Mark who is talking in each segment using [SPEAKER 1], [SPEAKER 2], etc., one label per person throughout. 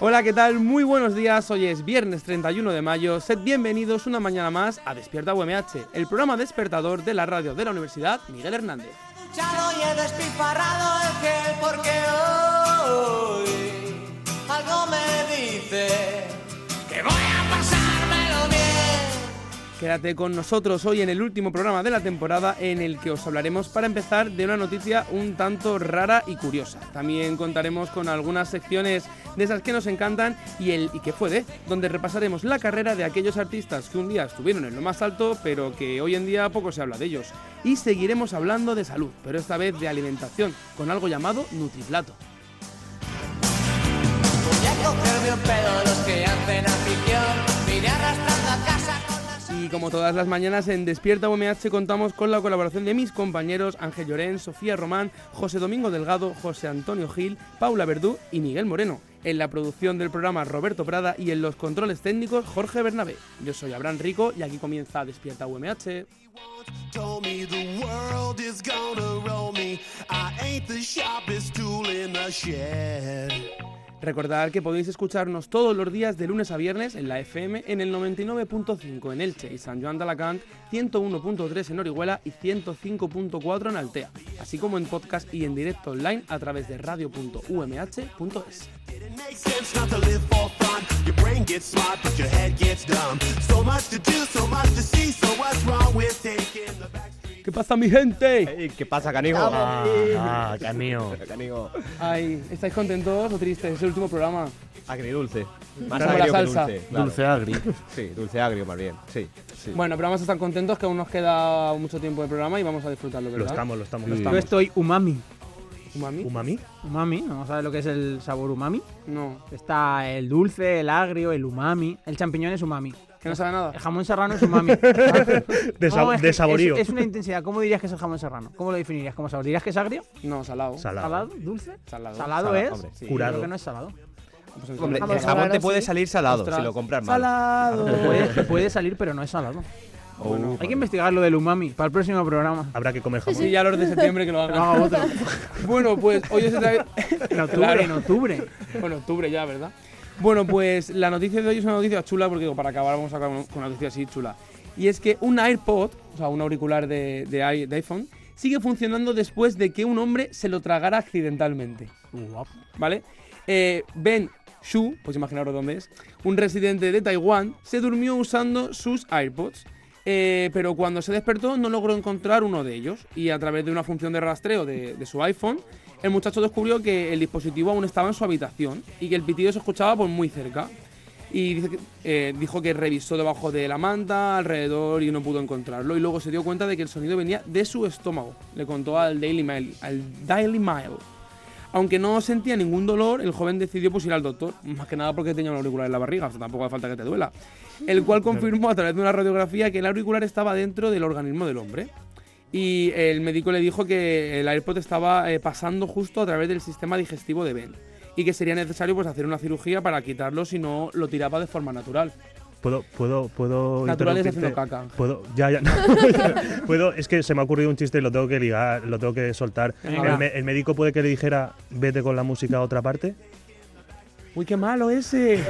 [SPEAKER 1] Hola, ¿qué tal? Muy buenos días. Hoy es viernes 31 de mayo. Sed bienvenidos una mañana más a Despierta UMH, el programa despertador de la radio de la Universidad Miguel Hernández.
[SPEAKER 2] Luchado y he despifarrado el que porque hoy algo me dice que voy a pasármelo bien.
[SPEAKER 1] Quédate con nosotros hoy en el último programa de la temporada en el que os hablaremos para empezar de una noticia un tanto rara y curiosa. También contaremos con algunas secciones de esas que nos encantan y el y que fue de, donde repasaremos la carrera de aquellos artistas que un día estuvieron en lo más alto pero que hoy en día poco se habla de ellos. Y seguiremos hablando de salud, pero esta vez de alimentación, con algo llamado Nutriplato.
[SPEAKER 2] Voy a cogerme un pedo los que hacen afición. Me iré arrastrando a casa con las
[SPEAKER 1] Y como todas las mañanas en Despierta UMH contamos con la colaboración de mis compañeros Ángel Llorén, Sofía Román, José Domingo Delgado, José Antonio Gil, Paula Verdú y Miguel Moreno. En la producción del programa Roberto Prada y en los controles técnicos Jorge Bernabé. Yo soy Abraham Rico y aquí comienza Despierta UMH.
[SPEAKER 3] Told me the world is gonna roll me. I ain't the sharpest tool in the shed.
[SPEAKER 1] Recordad que podéis escucharnos todos los días de lunes a viernes en la FM en el 99.5 en Elche y San Joan de Alacant, 101.3 en Orihuela y 105.4 en Altea, así como en podcast y en directo online a través de radio.umh.es.
[SPEAKER 3] Didn't make sense not to live for fun. Your brain gets smart, but your head gets dumb. So much to do, so much to see. So what's wrong with taking the back street?
[SPEAKER 1] ¿Qué pasa mi gente?
[SPEAKER 4] Ey, ¿Qué pasa, canijo?
[SPEAKER 5] Ah, ah, canijo.
[SPEAKER 4] Canijo.
[SPEAKER 1] Ay, ¿estáis contentos o tristes? Es el último programa.
[SPEAKER 4] Agridulce.
[SPEAKER 1] Como
[SPEAKER 4] Más
[SPEAKER 1] la
[SPEAKER 4] agrio que
[SPEAKER 1] salsa.
[SPEAKER 4] dulce. claro.
[SPEAKER 5] Dulce agri.
[SPEAKER 4] Sí, dulce agrio más bien. Sí. sí.
[SPEAKER 1] Bueno, pero vamos a estar contentos que aún nos queda mucho tiempo de programa y vamos a disfrutarlo, ¿verdad?
[SPEAKER 5] Lo estamos, lo estamos, lo
[SPEAKER 4] Sí.
[SPEAKER 6] Yo
[SPEAKER 5] estamos.
[SPEAKER 6] estoy umami.
[SPEAKER 1] ¿Umami?
[SPEAKER 5] ¿Umami?
[SPEAKER 6] Umami, ¿no sabes lo que es el sabor umami?
[SPEAKER 1] No,
[SPEAKER 6] Está el dulce, el agrio, el umami. El champiñón es umami.
[SPEAKER 1] que no sabe
[SPEAKER 6] El
[SPEAKER 1] nada.
[SPEAKER 6] jamón serrano es umami.
[SPEAKER 5] De, sa-
[SPEAKER 6] No, es que
[SPEAKER 5] de saborío.
[SPEAKER 6] Es, es una intensidad. ¿Cómo dirías que es el jamón serrano? ¿Cómo lo definirías como sabor? ¿Dirías que es agrio?
[SPEAKER 1] No, salado.
[SPEAKER 5] Salado.
[SPEAKER 6] ¿Salado? ¿Dulce?
[SPEAKER 1] Salado.
[SPEAKER 6] ¿Salado,
[SPEAKER 4] Salado,
[SPEAKER 6] es?
[SPEAKER 4] hombre, sí.
[SPEAKER 6] Yo
[SPEAKER 5] Curado.
[SPEAKER 6] Creo que no es salado.
[SPEAKER 1] Pues entonces-
[SPEAKER 4] Hombre,
[SPEAKER 1] Vamos a
[SPEAKER 4] el jabón
[SPEAKER 1] hablar
[SPEAKER 4] te puede
[SPEAKER 1] así.
[SPEAKER 4] salir salado
[SPEAKER 1] Ostras.
[SPEAKER 4] si lo compras mal.
[SPEAKER 1] Salado.
[SPEAKER 6] Puede, que puede salir, pero no es salado.
[SPEAKER 4] Oh,
[SPEAKER 6] Hay que investigar lo del umami para el próximo programa.
[SPEAKER 5] Habrá que comer jamón.
[SPEAKER 1] Sí, ya los de septiembre que lo
[SPEAKER 6] Que
[SPEAKER 1] hagan.
[SPEAKER 6] lo haga otro.
[SPEAKER 1] Bueno, pues hoy os he traído-
[SPEAKER 6] En octubre,
[SPEAKER 1] Claro.
[SPEAKER 6] en octubre.
[SPEAKER 1] Bueno, octubre ya, ¿verdad? Bueno, pues la noticia de hoy es una noticia chula, porque digo, para acabar vamos a acabar con una noticia así chula. Y es que un AirPod, o sea, un auricular de, de i- de iPhone, sigue funcionando después de que un hombre se lo tragara accidentalmente. ¿Vale? Eh, ben Shu, pues imaginaros dónde es, un residente de Taiwán, se durmió usando sus AirPods. eh, pero cuando se despertó no logró encontrar uno de ellos y a través de una función de rastreo de, de su iPhone, el muchacho descubrió que el dispositivo aún estaba en su habitación y que el pitido se escuchaba por muy cerca. Y dice que- eh, dijo que revisó debajo de la manta, alrededor y no pudo encontrarlo. Y luego se dio cuenta de que el sonido venía de su estómago. Le contó al Daily Mail. Al Daily Mail. Aunque no sentía ningún dolor, el joven decidió pues, ir al doctor, más que nada porque tenía un auricular en la barriga, o sea, tampoco hace falta que te duela. El cual confirmó a través de una radiografía que el auricular estaba dentro del organismo del hombre. Y el médico le dijo que el AirPod estaba eh, pasando justo a través del sistema digestivo de Ben y que sería necesario pues, hacer una cirugía para quitarlo si no lo tiraba de forma natural.
[SPEAKER 5] Puedo, puedo, puedo.
[SPEAKER 1] Natural es
[SPEAKER 5] interrumpirte?
[SPEAKER 1] haciendo caca.
[SPEAKER 5] Puedo, ya, ya. no. puedo, es que se me ha ocurrido un chiste y lo tengo que ligar, lo tengo que soltar.
[SPEAKER 6] Venga.
[SPEAKER 5] El, me- el médico puede que le dijera, vete con la música a otra parte.
[SPEAKER 1] ¡Uy, qué malo ese!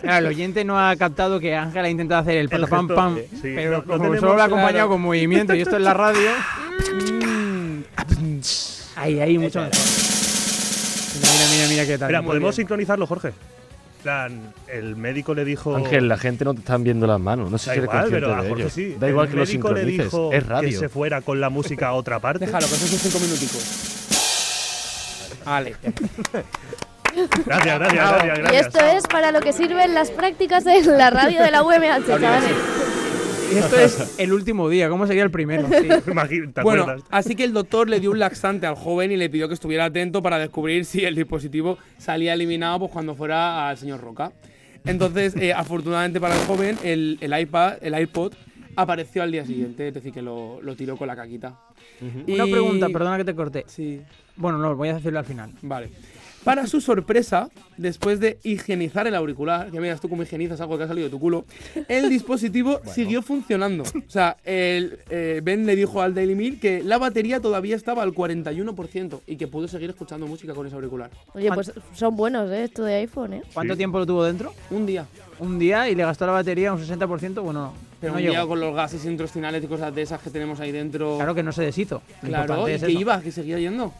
[SPEAKER 6] Claro, el oyente no ha captado que Ángel ha intentado hacer el pata pam
[SPEAKER 5] gesto, eh,
[SPEAKER 6] pam,
[SPEAKER 5] sí.
[SPEAKER 6] pero
[SPEAKER 5] No- no
[SPEAKER 6] como
[SPEAKER 5] tenemos-
[SPEAKER 6] solo lo ha
[SPEAKER 1] claro.
[SPEAKER 6] acompañado con movimiento y esto es la radio. ahí, ahí, mucho mejor. Mira, mira, mira qué tal.
[SPEAKER 5] Mira,
[SPEAKER 6] Muy
[SPEAKER 5] ¿podemos
[SPEAKER 6] bien.
[SPEAKER 5] sincronizarlo, Jorge? En plan, el médico le dijo.
[SPEAKER 7] Ángel, la gente no te están viendo las manos. No sé
[SPEAKER 5] Da
[SPEAKER 7] si eres
[SPEAKER 5] igual,
[SPEAKER 7] consciente
[SPEAKER 5] pero a
[SPEAKER 7] de
[SPEAKER 5] Jorge
[SPEAKER 7] ello.
[SPEAKER 5] sí.
[SPEAKER 7] Da igual
[SPEAKER 5] el
[SPEAKER 7] que
[SPEAKER 5] médico
[SPEAKER 7] lo
[SPEAKER 5] le
[SPEAKER 7] sincronices.
[SPEAKER 5] dijo
[SPEAKER 7] es
[SPEAKER 5] que
[SPEAKER 7] radio.
[SPEAKER 5] se fuera con la música a otra parte.
[SPEAKER 1] Déjalo, que eso son cinco minuticos. Vale.
[SPEAKER 5] Gracias, gracias, gracias,
[SPEAKER 8] Y
[SPEAKER 5] gracias.
[SPEAKER 8] esto es para lo que sirven las prácticas en la radio de la UMH, chavales.
[SPEAKER 6] Y esto es el último día, ¿cómo sería el primero? tío?
[SPEAKER 5] Imagina- ¿Te
[SPEAKER 1] Bueno,
[SPEAKER 5] acuerdas?
[SPEAKER 1] así que el doctor le dio un laxante al joven y le pidió que estuviera atento para descubrir si el dispositivo salía eliminado pues, cuando fuera al señor Roca. Entonces, eh, afortunadamente para el joven, el, el iPad, el iPod, apareció al día siguiente, es decir, que lo, lo tiró con la caquita.
[SPEAKER 6] Una
[SPEAKER 1] Y-
[SPEAKER 6] pregunta, perdona que te corté.
[SPEAKER 1] Sí.
[SPEAKER 6] Bueno, no, voy a decirlo al final.
[SPEAKER 1] Vale. Para su sorpresa, después de higienizar el auricular, que miras tú cómo higienizas algo que ha salido de tu culo, el dispositivo siguió funcionando. O sea, el, eh, Ben le dijo al Daily Mail que la batería todavía estaba al 41% y que pudo seguir escuchando música con ese auricular.
[SPEAKER 8] Oye, pues son buenos, ¿eh? Esto de iPhone, ¿eh?
[SPEAKER 6] ¿Cuánto
[SPEAKER 5] Sí.
[SPEAKER 6] tiempo lo tuvo dentro?
[SPEAKER 1] Un día.
[SPEAKER 6] Un día y le gastó la batería un 60%. Bueno,
[SPEAKER 1] Pero
[SPEAKER 6] no
[SPEAKER 1] un día
[SPEAKER 6] llegó.
[SPEAKER 1] con los gases introcinales y cosas de esas que tenemos ahí dentro.
[SPEAKER 6] Claro que no se deshizo. Lo
[SPEAKER 1] Claro,
[SPEAKER 6] importante
[SPEAKER 1] y
[SPEAKER 6] es
[SPEAKER 1] que
[SPEAKER 6] eso.
[SPEAKER 1] iba, que seguía yendo.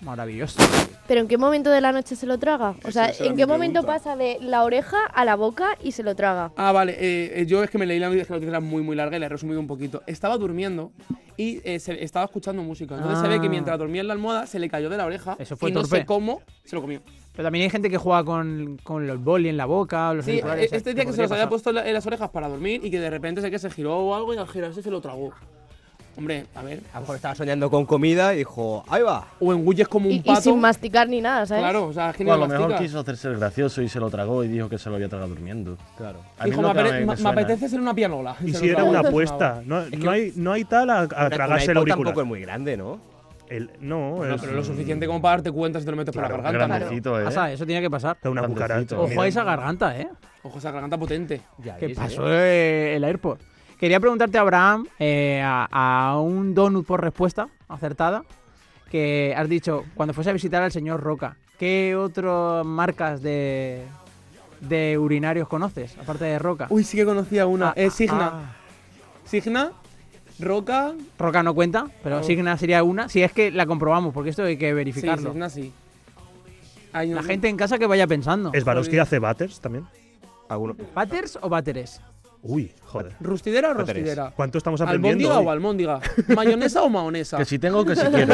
[SPEAKER 6] Maravilloso.
[SPEAKER 8] Pero ¿en qué momento de la noche se lo traga? O sea,
[SPEAKER 3] Esa era
[SPEAKER 8] ¿en
[SPEAKER 3] mi
[SPEAKER 8] qué momento
[SPEAKER 3] pregunta.
[SPEAKER 8] pasa de la oreja a la boca y se lo traga?
[SPEAKER 1] Ah, vale. eh, eh, yo es que me leí la noticia, es que la noticia era muy, muy larga y la he resumido un poquito. Estaba durmiendo y eh, se- estaba escuchando música. Entonces se ve
[SPEAKER 6] Ah.
[SPEAKER 1] que mientras dormía en la almohada se le cayó de la oreja.
[SPEAKER 6] Eso fue
[SPEAKER 1] y no
[SPEAKER 6] torpe.
[SPEAKER 1] sé cómo se lo comió.
[SPEAKER 6] Pero también hay gente que juega con, con los boli en la boca, o los
[SPEAKER 1] Sí, eh,
[SPEAKER 6] auriculares,
[SPEAKER 1] este
[SPEAKER 6] ¿eh?
[SPEAKER 1] día que se los
[SPEAKER 6] podría
[SPEAKER 1] había
[SPEAKER 6] pasar.
[SPEAKER 1] puesto en la- en las orejas para dormir y que de repente sé que se giró o algo y al girarse se lo tragó. Hombre, a ver.
[SPEAKER 4] A lo mejor estaba soñando con comida y dijo, ahí va.
[SPEAKER 1] O engulles como un
[SPEAKER 8] Y, y
[SPEAKER 1] pato.
[SPEAKER 8] sin masticar ni nada, ¿sabes?
[SPEAKER 1] claro, o sea, es que
[SPEAKER 7] O
[SPEAKER 1] ni
[SPEAKER 7] a lo
[SPEAKER 1] lo
[SPEAKER 7] mejor
[SPEAKER 1] masticas.
[SPEAKER 7] quiso hacerse el gracioso y se lo tragó y dijo que se lo había tragado durmiendo.
[SPEAKER 4] Claro.
[SPEAKER 7] A mí
[SPEAKER 1] Dijo, me,
[SPEAKER 7] lo que
[SPEAKER 1] apete- me- me
[SPEAKER 7] suena-
[SPEAKER 1] apetece ser una pianola.
[SPEAKER 5] Y
[SPEAKER 1] Se
[SPEAKER 5] si
[SPEAKER 1] lo
[SPEAKER 5] era una
[SPEAKER 1] tragó.
[SPEAKER 5] apuesta. No, no hay, no hay tal a, a
[SPEAKER 4] Una-
[SPEAKER 5] tragarse el
[SPEAKER 4] una iPod
[SPEAKER 5] auricular.
[SPEAKER 4] tampoco es muy grande, ¿no?
[SPEAKER 5] El- no,
[SPEAKER 1] No,
[SPEAKER 5] es
[SPEAKER 1] pero lo suficiente como para darte cuenta si te lo metes
[SPEAKER 7] Claro,
[SPEAKER 1] por la garganta. ¿no?
[SPEAKER 7] grandecito, ¿eh?
[SPEAKER 6] Pasa, eso tiene que pasar.
[SPEAKER 5] una cucaracha.
[SPEAKER 7] Grandecito.
[SPEAKER 6] Ojo a esa garganta, ¿eh?
[SPEAKER 1] Ojo, esa garganta potente.
[SPEAKER 4] Ya
[SPEAKER 6] ¿Qué
[SPEAKER 4] ves,
[SPEAKER 6] pasó
[SPEAKER 4] ¿eh?
[SPEAKER 6] eh, el AirPod? Quería preguntarte, Abraham, eh, a, a un donut por respuesta acertada, que has dicho, cuando fuese a visitar al señor Roca, ¿qué otras marcas de, de urinarios conoces, aparte de Roca?
[SPEAKER 1] Uy, sí que conocía una.
[SPEAKER 6] Ah,
[SPEAKER 1] es Signa.
[SPEAKER 6] ah,
[SPEAKER 1] Signa, Roca.
[SPEAKER 6] Roca no cuenta, pero
[SPEAKER 1] No.
[SPEAKER 6] Signa sería una. Si es que la comprobamos, porque esto hay que
[SPEAKER 1] Sí,
[SPEAKER 6] verificarlo.
[SPEAKER 1] Signa sí. Hay
[SPEAKER 6] la
[SPEAKER 1] un-
[SPEAKER 6] gente en casa que vaya pensando.
[SPEAKER 5] ¿Swarovski hace batters también?
[SPEAKER 4] Alguno. eh,
[SPEAKER 6] ¿Batters o bateres?
[SPEAKER 5] Uy, joder.
[SPEAKER 1] ¿Rustidera o
[SPEAKER 4] Bateres.
[SPEAKER 1] rostidera?
[SPEAKER 5] ¿Cuánto estamos Pues aprendiendo?
[SPEAKER 1] ¿Albóndiga
[SPEAKER 5] hoy?
[SPEAKER 1] o almóndiga? ¿Mayonesa o maonesa?
[SPEAKER 7] Que si tengo, que si quiero.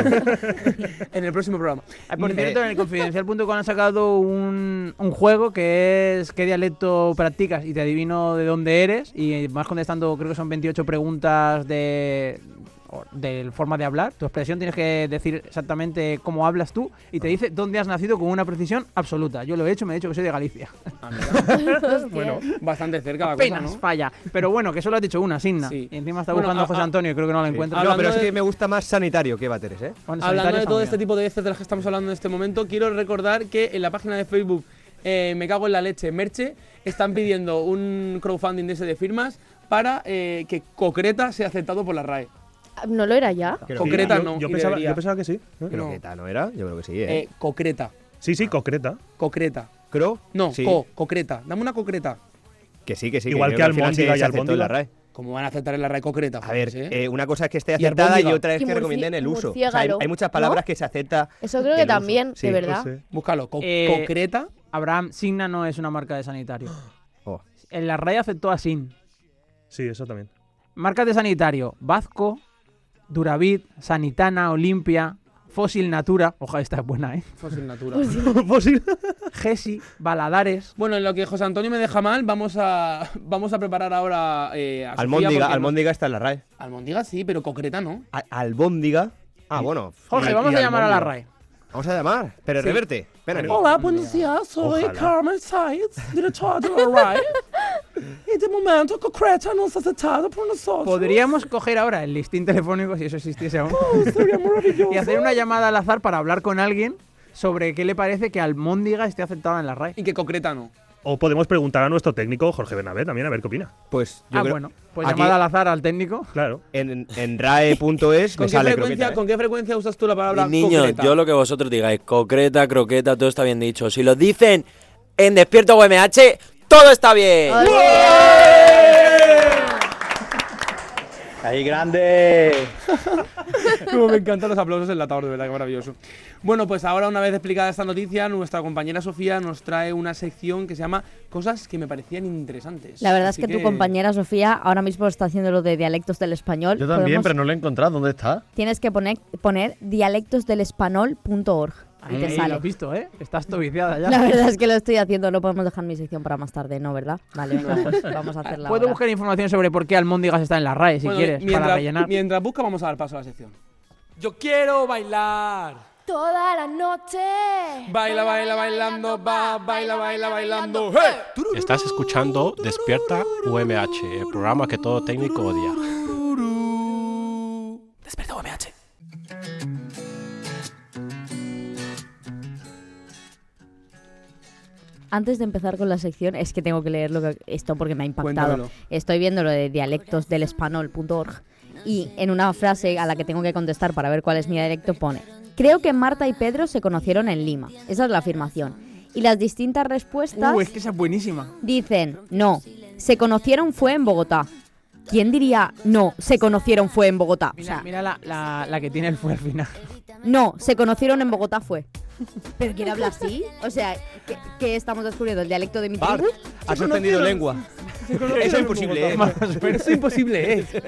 [SPEAKER 1] En el próximo programa.
[SPEAKER 6] Por
[SPEAKER 4] Eh.
[SPEAKER 6] cierto, en el confidencial.com han sacado un, un juego que es qué dialecto practicas y te adivino de dónde eres y vas contestando, creo que son 28 preguntas de o- de forma de hablar, tu expresión tienes que decir exactamente cómo hablas tú y
[SPEAKER 1] Ah.
[SPEAKER 6] te dice dónde has nacido con una precisión absoluta. Yo lo he hecho, me he dicho que soy de Galicia.
[SPEAKER 8] Hostia.
[SPEAKER 1] Bueno, bastante cerca la Ah, cosa,
[SPEAKER 6] Apenas
[SPEAKER 1] ¿no?
[SPEAKER 6] falla, pero bueno, que solo has dicho una, Signa.
[SPEAKER 1] Sí.
[SPEAKER 6] Y encima está
[SPEAKER 1] Bueno,
[SPEAKER 6] buscando
[SPEAKER 1] a-
[SPEAKER 6] a José
[SPEAKER 1] a-
[SPEAKER 6] Antonio, y creo que no lo encuentra.
[SPEAKER 1] Hablando
[SPEAKER 4] No, pero es
[SPEAKER 1] de-
[SPEAKER 4] que me gusta más sanitario que bateres, ¿eh?
[SPEAKER 6] Bueno,
[SPEAKER 1] Hablando
[SPEAKER 6] sanitarios
[SPEAKER 1] de todo este
[SPEAKER 6] también.
[SPEAKER 1] tipo de veces de las que estamos hablando en este momento, quiero recordar que en la página de Facebook eh, Me Cago en la Leche Merche están pidiendo un crowdfunding de ese de firmas para eh, que Concreta sea aceptado por la RAE.
[SPEAKER 8] ¿No lo era ya?
[SPEAKER 4] Creo que-
[SPEAKER 1] Concreta
[SPEAKER 5] yo,
[SPEAKER 1] no.
[SPEAKER 5] Yo
[SPEAKER 1] y
[SPEAKER 5] pensaba,
[SPEAKER 1] debería.
[SPEAKER 5] yo pensaba que sí. ¿eh?
[SPEAKER 4] Creo
[SPEAKER 1] no.
[SPEAKER 4] que ta, ¿no era? Yo creo que sí, ¿eh?
[SPEAKER 1] Eh, concreta,
[SPEAKER 5] Sí, sí, concreta.
[SPEAKER 1] concreta.
[SPEAKER 4] Creo.
[SPEAKER 1] No,
[SPEAKER 4] sí,
[SPEAKER 1] co, concreta. Dame una concreta.
[SPEAKER 4] Que sí, que sí.
[SPEAKER 5] Igual
[SPEAKER 4] creo
[SPEAKER 5] que
[SPEAKER 4] al final se-
[SPEAKER 5] albóndiga y
[SPEAKER 4] se aceptó en la
[SPEAKER 5] albóndiga.
[SPEAKER 4] RAE.
[SPEAKER 1] ¿Cómo van a aceptar en la RAE concreta?
[SPEAKER 4] A ver,
[SPEAKER 1] Pues,
[SPEAKER 4] eh, una cosa es que esté
[SPEAKER 1] Y
[SPEAKER 4] aceptada y,
[SPEAKER 1] albóndiga.
[SPEAKER 4] otra es
[SPEAKER 8] Y
[SPEAKER 4] que
[SPEAKER 8] murci-
[SPEAKER 4] recomienden el uso. O sea, hay,
[SPEAKER 8] murciégalo,
[SPEAKER 4] hay muchas palabras
[SPEAKER 8] ¿no?
[SPEAKER 4] que se acepta.
[SPEAKER 8] Eso creo
[SPEAKER 4] el
[SPEAKER 8] que
[SPEAKER 4] uso.
[SPEAKER 8] también,
[SPEAKER 4] Sí,
[SPEAKER 8] de verdad.
[SPEAKER 5] Pues, eh,
[SPEAKER 1] Búscalo. Co-
[SPEAKER 6] Eh,
[SPEAKER 1] concreta.
[SPEAKER 6] Abraham, Signa no es una marca de sanitario.
[SPEAKER 4] Oh.
[SPEAKER 6] En la raya aceptó a Sin.
[SPEAKER 5] Sí, eso también.
[SPEAKER 6] Marcas de sanitario: Vasco, Duravit, Sanitana, Olimpia, Fósil Natura. Ojalá esta es buena, ¿eh?
[SPEAKER 1] Fósil natura.
[SPEAKER 6] Gesi, Baladares.
[SPEAKER 1] Bueno, en lo que José Antonio me deja mal, vamos a, vamos a preparar ahora eh, a Sofía
[SPEAKER 4] Almóndiga,
[SPEAKER 1] porque no-
[SPEAKER 4] almóndiga está en la RAE.
[SPEAKER 1] Almóndiga sí, pero concreta no.
[SPEAKER 4] A- albóndiga. Ah, bueno.
[SPEAKER 6] Jorge,
[SPEAKER 4] y-
[SPEAKER 6] vamos
[SPEAKER 4] y
[SPEAKER 6] a llamar a la
[SPEAKER 4] albóndiga.
[SPEAKER 6] RAE.
[SPEAKER 4] Vamos a llamar. Pero reverte. Ven aquí.
[SPEAKER 1] Hola, buenos días. Soy
[SPEAKER 5] Ojalá.
[SPEAKER 1] Carmen Sainz, directora de la RAE. y de momento, concreta no se ha aceptado por nosotros.
[SPEAKER 6] Podríamos coger ahora el listín telefónico, si eso existiese aún,
[SPEAKER 4] Oh,
[SPEAKER 1] Sería maravilloso.
[SPEAKER 6] y hacer una llamada al azar para hablar con alguien sobre qué le parece que Almóndiga esté aceptada en la RAE.
[SPEAKER 1] Y que concreta no.
[SPEAKER 5] O podemos preguntar a nuestro técnico, Jorge Bernabé, también, a ver qué opina.
[SPEAKER 4] Pues yo
[SPEAKER 6] Ah,
[SPEAKER 4] creo-
[SPEAKER 6] bueno, pues
[SPEAKER 4] aquí-
[SPEAKER 6] llamada al azar al técnico.
[SPEAKER 5] Claro.
[SPEAKER 4] En, en rae.es
[SPEAKER 1] ¿Con
[SPEAKER 4] me
[SPEAKER 1] qué,
[SPEAKER 4] sale croqueta.
[SPEAKER 1] frecuencia,
[SPEAKER 4] ¿eh?
[SPEAKER 1] ¿Con qué frecuencia usas tú la palabra
[SPEAKER 9] Niños,
[SPEAKER 1] concreta?
[SPEAKER 9] yo lo que vosotros digáis, concreta, croqueta, todo está bien dicho. Si lo dicen en Despierto UMH, todo está bien.
[SPEAKER 8] Ah,
[SPEAKER 4] Ahí grande.
[SPEAKER 1] Como me encantan los aplausos en la de verdad que maravilloso. Bueno, pues ahora, una vez explicada esta noticia, nuestra compañera Sofía nos trae una sección que se llama Cosas que me parecían interesantes.
[SPEAKER 10] La verdad
[SPEAKER 1] Así
[SPEAKER 10] es que, tu compañera Sofía ahora mismo está haciendo lo de dialectos del español.
[SPEAKER 7] Yo también,
[SPEAKER 10] Podemos-
[SPEAKER 7] pero no lo he encontrado. ¿Dónde está?
[SPEAKER 10] Tienes que poner, poner dialectosdelespanol.org. Y
[SPEAKER 6] Ahí,
[SPEAKER 10] te
[SPEAKER 6] ahí
[SPEAKER 10] sale.
[SPEAKER 6] lo has visto, ¿eh? Estás tobiciada ya.
[SPEAKER 10] La verdad es que lo estoy haciendo, no podemos dejar mi sección para más tarde, ¿no, verdad? Vale,
[SPEAKER 6] No.
[SPEAKER 10] vamos, vamos a hacerla
[SPEAKER 6] Puedo
[SPEAKER 10] ahora.
[SPEAKER 6] buscar información sobre por qué Almóndigas está en la RAE, si
[SPEAKER 1] Bueno,
[SPEAKER 6] quieres,
[SPEAKER 1] mientras,
[SPEAKER 6] para rellenar.
[SPEAKER 1] mientras busca, vamos a dar paso a la sección.
[SPEAKER 2] Yo quiero bailar.
[SPEAKER 11] Toda la noche.
[SPEAKER 1] Baila, baila, bailando, va, baila, baila, bailando. ¡Eh! ¡Hey!
[SPEAKER 12] Estás escuchando Despierta UMH, el programa que todo técnico odia.
[SPEAKER 2] Despertó MH.
[SPEAKER 10] Antes de empezar con la sección, es que tengo que leer lo que- esto porque me ha impactado.
[SPEAKER 8] Cuéntamelo.
[SPEAKER 10] Estoy viendo lo de dialectos del y en una frase a la que tengo que contestar para ver cuál es mi dialecto pone: Creo que Marta y Pedro se conocieron en Lima. Esa es la afirmación. Y las distintas respuestas
[SPEAKER 6] Uh, es que esa es buenísima.
[SPEAKER 10] dicen: No, se conocieron fue en Bogotá. ¿Quién diría no, se conocieron fue en Bogotá? O sea,
[SPEAKER 6] Mira la, la- la que tiene el fue al final.
[SPEAKER 10] no, se conocieron en Bogotá fue. ¿Pero quién habla así? O sea, ¿qué, qué estamos descubriendo? ¿El dialecto de mi
[SPEAKER 4] Bart,
[SPEAKER 10] tribu?
[SPEAKER 4] has suspendido lengua. Eso es imposible, ¿eh?
[SPEAKER 1] Pero eso imposible ¿eh? es.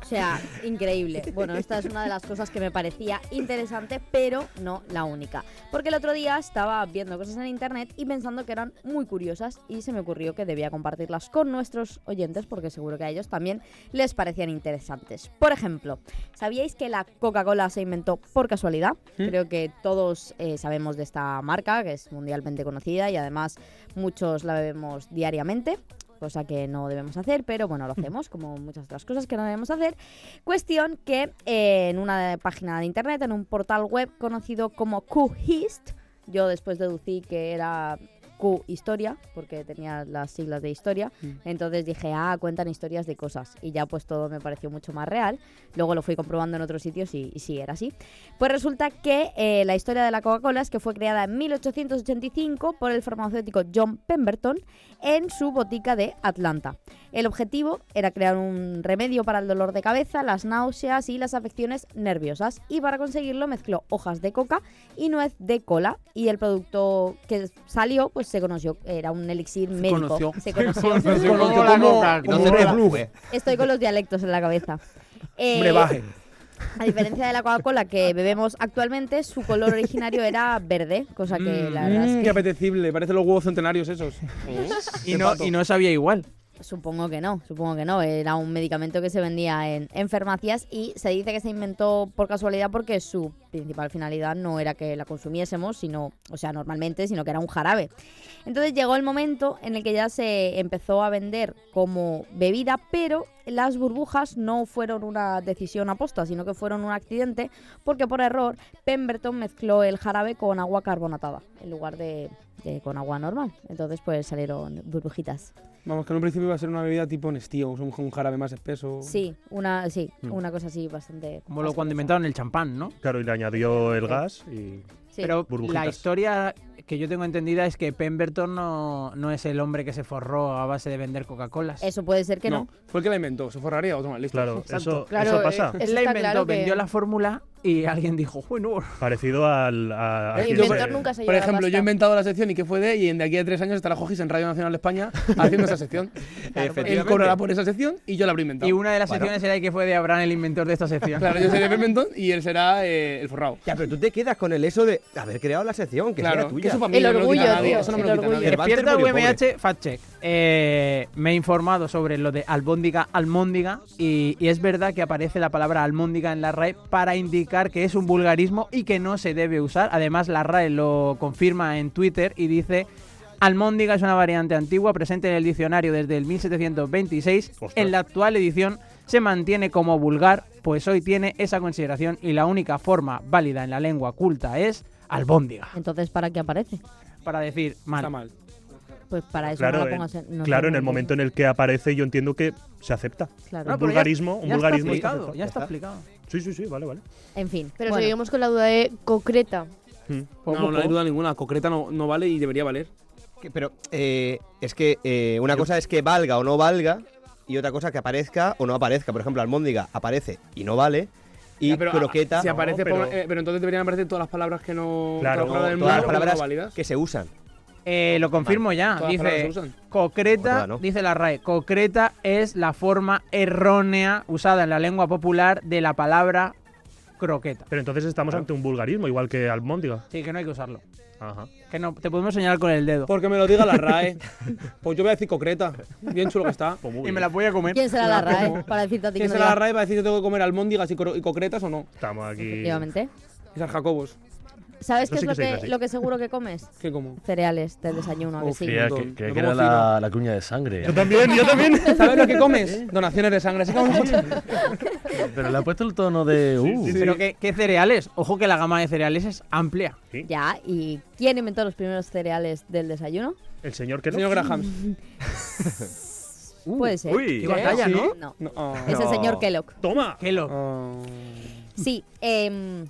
[SPEAKER 10] O sea, increíble. Bueno, esta es una de las cosas que me parecía interesante, pero no la única. Porque el otro día estaba viendo cosas en internet y pensando que eran muy curiosas y se me ocurrió que debía compartirlas con nuestros oyentes porque seguro que a ellos también les parecían interesantes. Por ejemplo, ¿sabíais que la Coca-Cola se inventó por casualidad?
[SPEAKER 8] ¿Mm?
[SPEAKER 10] Creo que todos eh, sabemos de esta marca, que es mundialmente conocida y además muchos la bebemos diariamente, cosa que no debemos hacer, pero bueno, lo hacemos, como muchas otras cosas que no debemos hacer. Cuestión que eh, en una página de internet, en un portal web conocido como QHist, yo después deducí que era Q historia, porque tenía las siglas de historia, entonces dije, ah, cuentan historias de cosas, y ya pues todo me pareció mucho más real, luego lo fui comprobando en otros sitios y, y sí, era así. Pues resulta que eh, la historia de la Coca-Cola es que fue creada en 1885 por el farmacéutico John Pemberton en su botica de Atlanta. El objetivo era crear un remedio para el dolor de cabeza, las náuseas y las afecciones nerviosas. Y para conseguirlo mezcló hojas de coca y nuez de cola. Y el producto que salió, pues se conoció, era un elixir médico.
[SPEAKER 4] conoció.
[SPEAKER 10] Se
[SPEAKER 4] Se
[SPEAKER 10] conoció.
[SPEAKER 4] conoció. Se conoció Como la como- coca, como como Red Bull. Bull.
[SPEAKER 10] Estoy con los dialectos en la cabeza.
[SPEAKER 4] Hombre,
[SPEAKER 10] Eh,
[SPEAKER 4] baje.
[SPEAKER 10] a diferencia de la Coca-Cola que bebemos actualmente, su color originario era verde, cosa que la verdad es
[SPEAKER 1] Mm, qué apetecible, parece los huevos centenarios esos.
[SPEAKER 6] Y no- y no sabía igual.
[SPEAKER 10] Supongo que no, supongo que no. Era un medicamento que se vendía en, en farmacias y se dice que se inventó por casualidad porque su principal finalidad no era que la consumiésemos, sino, o sea, normalmente, sino que era un jarabe. Entonces llegó el momento en el que ya se empezó a vender como bebida, pero las burbujas no fueron una decisión aposta, sino que fueron un accidente porque por error Pemberton mezcló el jarabe con agua carbonatada en lugar de, de con agua normal. Entonces pues salieron burbujitas.
[SPEAKER 1] Vamos, que en un principio iba a ser una bebida tipo Nestío, un, un jarabe más espeso.
[SPEAKER 10] Sí, una, sí,
[SPEAKER 1] Mm.
[SPEAKER 10] una cosa así bastante.
[SPEAKER 6] Como lo cuando inventaron el champán, ¿no?
[SPEAKER 5] Claro, y le añadió el gas y.
[SPEAKER 10] Sí.
[SPEAKER 6] Pero
[SPEAKER 5] burbujitas.
[SPEAKER 6] la historia que yo tengo entendida es que Pemberton no, no es el hombre que se forró a base de vender Coca-Colas.
[SPEAKER 10] Eso puede ser que no.
[SPEAKER 1] Fue el que la inventó, se forraría otro mal, listo.
[SPEAKER 5] Claro, eso-
[SPEAKER 10] Claro, eso pasa. eh, eso
[SPEAKER 6] Él la
[SPEAKER 10] está
[SPEAKER 6] inventó,
[SPEAKER 10] claro que-
[SPEAKER 6] vendió la fórmula y alguien dijo, bueno,
[SPEAKER 5] Parecido al. a- a- eh,
[SPEAKER 1] Por ejemplo, yo he inventado la sección y qué fue de, y en de aquí a tres años estará Jogis en Radio Nacional de España haciendo esa sección. Él
[SPEAKER 6] Efectivamente.
[SPEAKER 1] cobrará por esa sección y yo la habré inventado.
[SPEAKER 6] Y una de las
[SPEAKER 1] Bueno.
[SPEAKER 6] secciones era el que fue de Abraham, el inventor de esta sección.
[SPEAKER 1] Claro, yo seré Pemberton y él será eh, el forrado.
[SPEAKER 4] Ya, pero tú te quedas con el eso de haber creado la sección, que
[SPEAKER 1] Claro,
[SPEAKER 4] sea tuya.
[SPEAKER 1] que eso para mí El no me lo quita orgullo, nadie, tío, eso no me el lo quita orgullo. nadie.
[SPEAKER 4] Cervantes
[SPEAKER 6] Despierta
[SPEAKER 4] murió pobre.
[SPEAKER 6] UMH, fact check. Eh, me he informado sobre lo de albóndiga, almóndiga, y, y es verdad que aparece la palabra almóndiga en la RAE para indicar que es un vulgarismo y que no se debe usar. Además, la RAE lo confirma en Twitter y dice... Almóndiga es una variante antigua presente en el diccionario desde el 1726. En la actual edición se mantiene como vulgar, pues hoy tiene esa consideración y la única forma válida en la lengua culta es albóndiga,
[SPEAKER 10] Entonces, ¿para qué aparece?
[SPEAKER 6] para decir mal.
[SPEAKER 10] Pues para eso no
[SPEAKER 5] Claro,
[SPEAKER 1] eh,
[SPEAKER 10] la
[SPEAKER 5] en,
[SPEAKER 10] pongas en. no
[SPEAKER 5] claro,
[SPEAKER 10] sé,
[SPEAKER 5] en el
[SPEAKER 10] no-
[SPEAKER 5] momento en el que aparece, yo entiendo que se acepta.
[SPEAKER 10] Claro.
[SPEAKER 1] Ah.
[SPEAKER 5] Un
[SPEAKER 10] No, pero ya-
[SPEAKER 5] vulgarismo, un
[SPEAKER 6] ya está
[SPEAKER 5] vulgarismo está
[SPEAKER 6] explicado,
[SPEAKER 5] aceptado.
[SPEAKER 6] ya está explicado.
[SPEAKER 5] Sí, sí, sí, vale, vale.
[SPEAKER 10] En fin.
[SPEAKER 8] Pero
[SPEAKER 10] bueno.
[SPEAKER 8] seguimos con la duda de concreta.
[SPEAKER 4] Hmm.
[SPEAKER 1] No, no hay duda ninguna, concreta no, no vale y debería valer.
[SPEAKER 4] Pero eh, es que eh, una cosa es que valga o no valga y otra cosa que aparezca o no aparezca. Por ejemplo, almóndiga aparece y no vale y
[SPEAKER 1] pero,
[SPEAKER 4] croqueta...
[SPEAKER 1] Si aparece,
[SPEAKER 4] pero,
[SPEAKER 1] pon- eh, pero entonces deberían aparecer todas las palabras que no.
[SPEAKER 4] Claro,
[SPEAKER 1] todas las palabras del
[SPEAKER 4] todas
[SPEAKER 1] mundo
[SPEAKER 4] las
[SPEAKER 1] que no
[SPEAKER 4] palabras Ah,
[SPEAKER 1] válidas.
[SPEAKER 4] que se usan.
[SPEAKER 6] Eh, lo confirmo ya.
[SPEAKER 1] Todas las
[SPEAKER 6] Dice,
[SPEAKER 1] palabras se usan.
[SPEAKER 6] concreta,
[SPEAKER 4] Todas, ¿no?
[SPEAKER 6] dice la RAE, concreta es la forma errónea usada en la lengua popular de la palabra croqueta.
[SPEAKER 5] Pero entonces estamos ante un vulgarismo, igual que almóndiga.
[SPEAKER 6] Sí, que no hay que usarlo.
[SPEAKER 5] Ajá.
[SPEAKER 6] Que no, te podemos señalar con el dedo.
[SPEAKER 1] Porque me lo diga la RAE. pues yo voy a decir concreta. Bien chulo que está.
[SPEAKER 7] Pues
[SPEAKER 6] Y me la voy a comer.
[SPEAKER 10] ¿Quién será la RAE para decirte a ti que
[SPEAKER 1] ¿Quién
[SPEAKER 10] no
[SPEAKER 1] será la
[SPEAKER 10] digas?
[SPEAKER 1] RAE para decir si tengo que comer almóndigas y, cro- y concretas o no?
[SPEAKER 5] Estamos aquí.
[SPEAKER 10] Efectivamente.
[SPEAKER 1] Y San Jacobos.
[SPEAKER 10] ¿Sabes
[SPEAKER 1] Eso
[SPEAKER 10] qué es
[SPEAKER 1] sí
[SPEAKER 10] lo
[SPEAKER 1] que se dice
[SPEAKER 10] que,
[SPEAKER 1] así.
[SPEAKER 10] lo que seguro que comes?
[SPEAKER 1] ¿Qué como?
[SPEAKER 10] Cereales del desayuno, ¿a que
[SPEAKER 1] Uf,
[SPEAKER 10] sí?
[SPEAKER 7] Creía que, creía que era Ah, la, la cuña de sangre.
[SPEAKER 1] ¿Sabes lo que comes? Donaciones de sangre. Saca un
[SPEAKER 7] Pero le ha puesto el tono de. Uh,
[SPEAKER 6] Pero ¿qué, qué cereales. Ojo que la gama de cereales es amplia.
[SPEAKER 10] Ya, ¿y quién inventó los primeros cereales del desayuno?
[SPEAKER 5] El señor que
[SPEAKER 1] Señor Graham.
[SPEAKER 10] Puede ser.
[SPEAKER 5] uy,
[SPEAKER 1] qué batalla, Uh, ¿Sí? ¿no?
[SPEAKER 10] No.
[SPEAKER 1] No, ah.
[SPEAKER 10] Es el
[SPEAKER 1] No.
[SPEAKER 10] señor Kellogg.
[SPEAKER 5] Toma.
[SPEAKER 6] Kellogg.
[SPEAKER 10] Sí, em,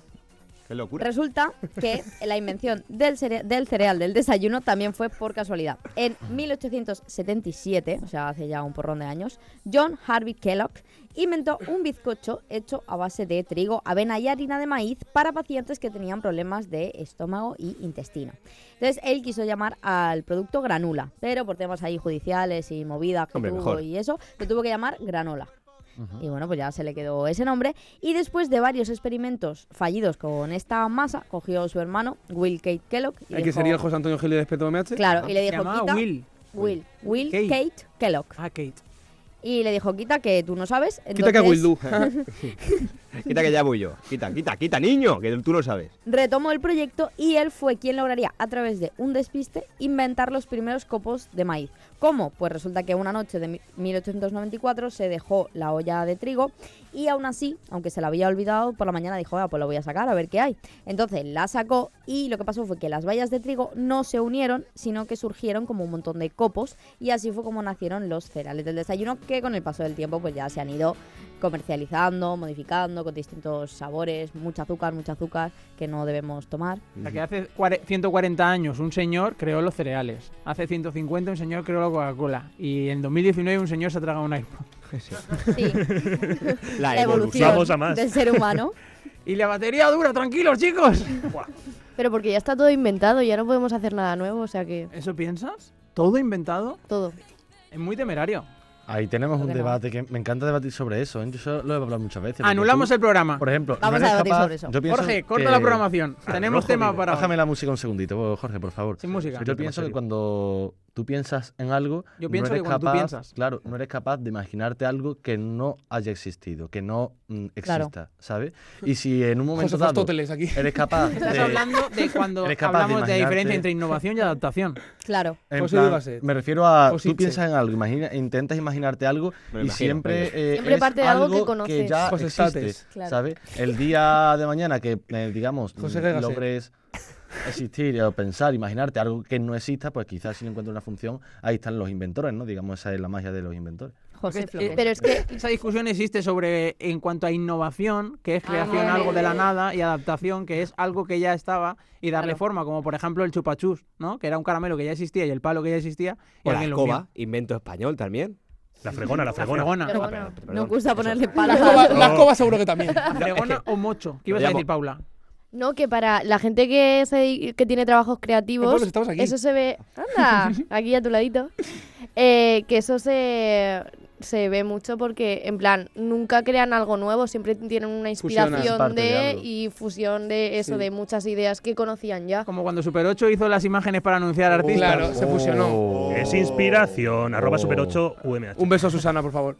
[SPEAKER 4] Qué locura.
[SPEAKER 10] resulta que la invención del, cere- del cereal del desayuno también fue por casualidad. En 1877, o sea, hace ya un porrón de años, John Harvey Kellogg inventó un bizcocho hecho a base de trigo, avena y harina de maíz para pacientes que tenían problemas de estómago y intestino. Entonces, él quiso llamar al producto granula, pero por temas ahí judiciales y movidas que
[SPEAKER 4] Hombre,
[SPEAKER 10] tuvo
[SPEAKER 4] mejor.
[SPEAKER 10] y eso, lo tuvo que llamar granola. Y bueno, pues ya se le quedó ese nombre. Y después de varios experimentos fallidos con esta masa, cogió su hermano, Will Kate Kellogg. Y
[SPEAKER 1] El que
[SPEAKER 10] dijo-
[SPEAKER 1] sería el José Antonio Gil de Despeto MH.
[SPEAKER 10] Claro, y le dijo, quita.
[SPEAKER 6] Ah, Will.
[SPEAKER 10] Will. Will
[SPEAKER 6] Kate.
[SPEAKER 10] Kate. Kellogg.
[SPEAKER 6] Ah, Kate.
[SPEAKER 10] Y le dijo, quita que tú no sabes.
[SPEAKER 4] Quita que
[SPEAKER 10] entonces
[SPEAKER 4] Will do. quita que ya voy yo. Quita, quita, quita, niño, que tú lo sabes.
[SPEAKER 10] retomó el proyecto y él fue quien lograría, a través de un despiste, inventar los primeros copos de maíz. ¿Cómo? Pues resulta que una noche de mi- 1894 se dejó la olla de trigo y aún así, aunque se la había olvidado, por la mañana dijo, ah, pues la voy a sacar a ver qué hay. Entonces la sacó y lo que pasó fue que las vallas de trigo no se unieron, sino que surgieron como un montón de copos y así fue como nacieron los cereales del desayuno que con el paso del tiempo pues ya se han ido comercializando, modificando con distintos sabores, mucho azúcar, mucho azúcar que no debemos tomar.
[SPEAKER 6] O sea, que hace cuare- 140 años un señor creó los cereales. Hace 150 un señor creó la Coca-Cola. Y en 2019 un señor se ha tragado un iPhone.
[SPEAKER 10] Sí.
[SPEAKER 4] La
[SPEAKER 10] La evolución Vamos a más. del ser humano.
[SPEAKER 6] y la batería dura, tranquilos, chicos.
[SPEAKER 8] Pero porque ya está todo inventado, ya no podemos hacer nada nuevo, o sea que...
[SPEAKER 6] ¿Eso piensas? ¿Todo inventado?
[SPEAKER 8] Todo.
[SPEAKER 6] Es muy temerario.
[SPEAKER 7] Ahí tenemos
[SPEAKER 6] Creo
[SPEAKER 7] un
[SPEAKER 6] que no.
[SPEAKER 7] debate que me encanta debatir sobre eso. ¿eh? Yo eso lo he hablado muchas veces. porque
[SPEAKER 6] Anulamos
[SPEAKER 7] tú,
[SPEAKER 6] el programa.
[SPEAKER 7] Por ejemplo, no
[SPEAKER 6] Vamos a
[SPEAKER 7] eres
[SPEAKER 6] debatir
[SPEAKER 7] capaz-
[SPEAKER 6] sobre eso.
[SPEAKER 7] yo pienso
[SPEAKER 6] Jorge,
[SPEAKER 7] que- Ah,
[SPEAKER 6] corta la programación. Tenemos tema
[SPEAKER 7] Jorge,
[SPEAKER 6] para hoy.
[SPEAKER 7] Bájame la música un segundito, Jorge, por favor.
[SPEAKER 6] Sin música.
[SPEAKER 7] Yo pienso que cuando tú piensas en algo,
[SPEAKER 6] Yo pienso
[SPEAKER 7] no eres
[SPEAKER 6] que cuando tú
[SPEAKER 7] capaz,
[SPEAKER 6] piensas.
[SPEAKER 7] claro, no eres capaz de imaginarte algo que no haya existido, que no mm,
[SPEAKER 6] Claro.
[SPEAKER 7] exista, ¿sabes? Y si en un momento
[SPEAKER 6] Josefo
[SPEAKER 7] dado
[SPEAKER 6] Aristóteles aquí.
[SPEAKER 7] eres capaz
[SPEAKER 6] Estás
[SPEAKER 7] de-
[SPEAKER 6] hablando de cuando
[SPEAKER 7] eres capaz de
[SPEAKER 6] hablamos de la diferencia
[SPEAKER 7] imaginarte-
[SPEAKER 6] entre innovación y adaptación.
[SPEAKER 10] Claro.
[SPEAKER 7] en
[SPEAKER 6] José
[SPEAKER 7] plan,
[SPEAKER 6] Dugasset.
[SPEAKER 7] me refiero a
[SPEAKER 6] José
[SPEAKER 7] tú piensas en algo, imagina, intentas imaginarte algo
[SPEAKER 4] Me lo
[SPEAKER 7] y
[SPEAKER 4] imagino,
[SPEAKER 7] siempre,
[SPEAKER 4] venga.
[SPEAKER 7] eh,
[SPEAKER 8] Siempre
[SPEAKER 7] es
[SPEAKER 8] parte de algo que conoces.
[SPEAKER 7] ya
[SPEAKER 8] José
[SPEAKER 7] existe,
[SPEAKER 8] States. Claro.
[SPEAKER 7] ¿sabes? El día de mañana que eh, digamos
[SPEAKER 1] José
[SPEAKER 7] mm,
[SPEAKER 1] Gagase.
[SPEAKER 7] logres existir o pensar, imaginarte algo que no exista, pues quizás si no encuentras una función, ahí están los inventores, ¿no? Digamos esa es la magia de los inventores.
[SPEAKER 10] José
[SPEAKER 6] Porque
[SPEAKER 10] Flores.
[SPEAKER 6] eh,
[SPEAKER 10] Pero es que-
[SPEAKER 6] esa discusión existe sobre en cuanto a innovación, que es creación
[SPEAKER 10] vale.
[SPEAKER 6] algo de la nada y adaptación, que es algo que ya estaba y darle
[SPEAKER 10] Claro.
[SPEAKER 6] forma, como por ejemplo el chupachús, ¿no? Que era un caramelo que ya existía y el palo que ya existía y
[SPEAKER 4] O la
[SPEAKER 6] alguien lo
[SPEAKER 4] escoba,
[SPEAKER 6] vio.
[SPEAKER 4] invento español también.
[SPEAKER 5] La fregona, la fregona.
[SPEAKER 6] fregona.
[SPEAKER 4] Ah,
[SPEAKER 6] Fregona.
[SPEAKER 4] perdón, perdón.
[SPEAKER 10] No gusta ponerle
[SPEAKER 1] La
[SPEAKER 10] pala.
[SPEAKER 1] escoba, la escoba seguro que también.
[SPEAKER 6] Fregona o mocho. ¿Qué ibas
[SPEAKER 4] Lo
[SPEAKER 6] a decir,
[SPEAKER 4] llamo-
[SPEAKER 6] Paula?
[SPEAKER 8] No, que para la gente que, se dedi- que tiene trabajos
[SPEAKER 1] Eh,
[SPEAKER 8] creativos,
[SPEAKER 1] Pablo, estamos aquí.
[SPEAKER 8] eso se ve... Anda, aquí a tu ladito. Eh, que eso se, se ve mucho porque, en plan, nunca crean algo nuevo, siempre tienen
[SPEAKER 1] Fusionan.
[SPEAKER 8] una inspiración
[SPEAKER 7] Parte de
[SPEAKER 8] de,
[SPEAKER 7] algo.
[SPEAKER 8] y fusión de eso,
[SPEAKER 1] Sí.
[SPEAKER 8] de muchas ideas que conocían ya.
[SPEAKER 6] Como cuando Super 8 hizo las imágenes para
[SPEAKER 7] Oh,
[SPEAKER 6] anunciar artistas.
[SPEAKER 1] Claro, se fusionó.
[SPEAKER 5] Es inspiración, arroba super8 UMH.
[SPEAKER 1] Un beso a Susana, por favor.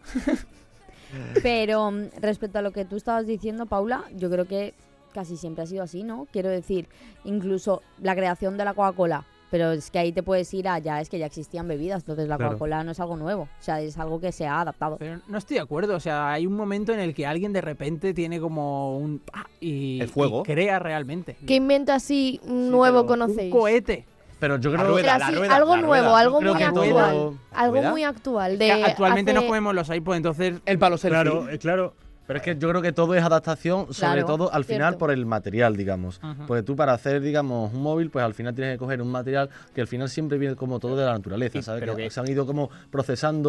[SPEAKER 10] Pero mm, respecto a lo que tú estabas diciendo, Paula, yo creo que casi siempre ha sido así, ¿no? Quiero decir, incluso la creación de la Coca-Cola. Pero es que ahí te puedes ir allá, es que ya existían bebidas, entonces la
[SPEAKER 5] Claro.
[SPEAKER 10] Coca-Cola no es algo nuevo, o sea, es algo que se ha adaptado.
[SPEAKER 6] Pero no estoy de acuerdo, o sea, hay un momento en el que alguien de repente tiene como un... ¡pa! y,
[SPEAKER 4] El fuego.
[SPEAKER 6] y crea realmente.
[SPEAKER 8] ¿Qué invento así nuevo
[SPEAKER 6] Un
[SPEAKER 8] conocéis?
[SPEAKER 6] cohete.
[SPEAKER 7] Pero yo creo
[SPEAKER 4] La rueda,
[SPEAKER 8] Pero así,
[SPEAKER 4] rueda,
[SPEAKER 8] algo
[SPEAKER 4] la
[SPEAKER 8] nuevo,
[SPEAKER 4] rueda.
[SPEAKER 8] algo
[SPEAKER 7] creo
[SPEAKER 8] muy
[SPEAKER 7] que todo-
[SPEAKER 8] actual.
[SPEAKER 4] ¿La
[SPEAKER 8] Algo
[SPEAKER 4] rueda?
[SPEAKER 8] muy actual.
[SPEAKER 6] Que
[SPEAKER 8] De
[SPEAKER 6] actualmente
[SPEAKER 8] hace-
[SPEAKER 6] nos comemos los iPods, entonces...
[SPEAKER 1] El palo selfie.
[SPEAKER 5] Claro, eh, claro.
[SPEAKER 7] Pero es que yo creo que todo es adaptación, sobre
[SPEAKER 8] Claro,
[SPEAKER 7] todo al final
[SPEAKER 8] cierto.
[SPEAKER 7] por el material, digamos.
[SPEAKER 6] Ajá.
[SPEAKER 7] Porque tú para hacer, digamos, un móvil, pues al final tienes que coger un material que al final siempre viene como todo de la naturaleza, ¿sabes?
[SPEAKER 4] pero
[SPEAKER 7] que
[SPEAKER 4] que-
[SPEAKER 7] se han ido como procesales,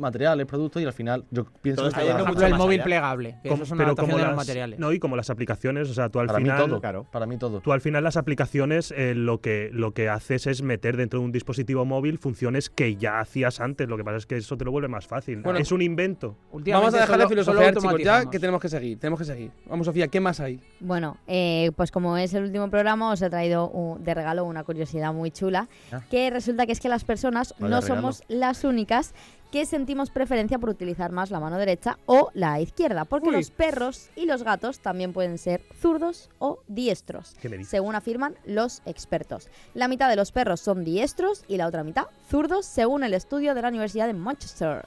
[SPEAKER 7] materiales, productos y al final yo pienso
[SPEAKER 4] Todo
[SPEAKER 7] que
[SPEAKER 4] está
[SPEAKER 7] todo
[SPEAKER 4] yendo
[SPEAKER 7] es
[SPEAKER 6] Por
[SPEAKER 4] mucho
[SPEAKER 6] ejemplo, el
[SPEAKER 4] más
[SPEAKER 6] móvil
[SPEAKER 4] allá.
[SPEAKER 6] plegable. que eso
[SPEAKER 5] Com-
[SPEAKER 6] es una adaptación de los materiales.
[SPEAKER 5] No, y como las aplicaciones, o sea, tú al
[SPEAKER 7] para
[SPEAKER 5] final
[SPEAKER 7] mí todo,
[SPEAKER 4] claro.
[SPEAKER 7] para mí todo.
[SPEAKER 5] Tú al final las aplicaciones eh, lo, que, lo que haces es meter dentro de un dispositivo móvil funciones que ya hacías antes. Lo que pasa es que eso te lo vuelve más fácil.
[SPEAKER 1] Bueno.
[SPEAKER 5] es un invento.
[SPEAKER 6] Últimamente
[SPEAKER 1] Vamos a dejar de
[SPEAKER 6] solo- solo
[SPEAKER 1] filosofar, chicos. Ya, que tenemos que seguir, tenemos que seguir. Vamos, Sofía, ¿qué más hay?
[SPEAKER 10] Bueno, eh, pues como es el último programa, os he traído un- de regalo una curiosidad muy chula,
[SPEAKER 1] Ah.
[SPEAKER 10] que resulta que es que las personas
[SPEAKER 1] Vaya
[SPEAKER 10] no
[SPEAKER 1] regalo.
[SPEAKER 10] somos las únicas que sentimos preferencia por utilizar más la mano derecha o la izquierda, porque
[SPEAKER 8] Uy.
[SPEAKER 10] los perros y los gatos también pueden ser zurdos o diestros,
[SPEAKER 8] ¿Qué me dices?
[SPEAKER 10] según afirman los expertos. La mitad de los perros son diestros y la otra mitad zurdos, según el estudio de la Universidad de Manchester.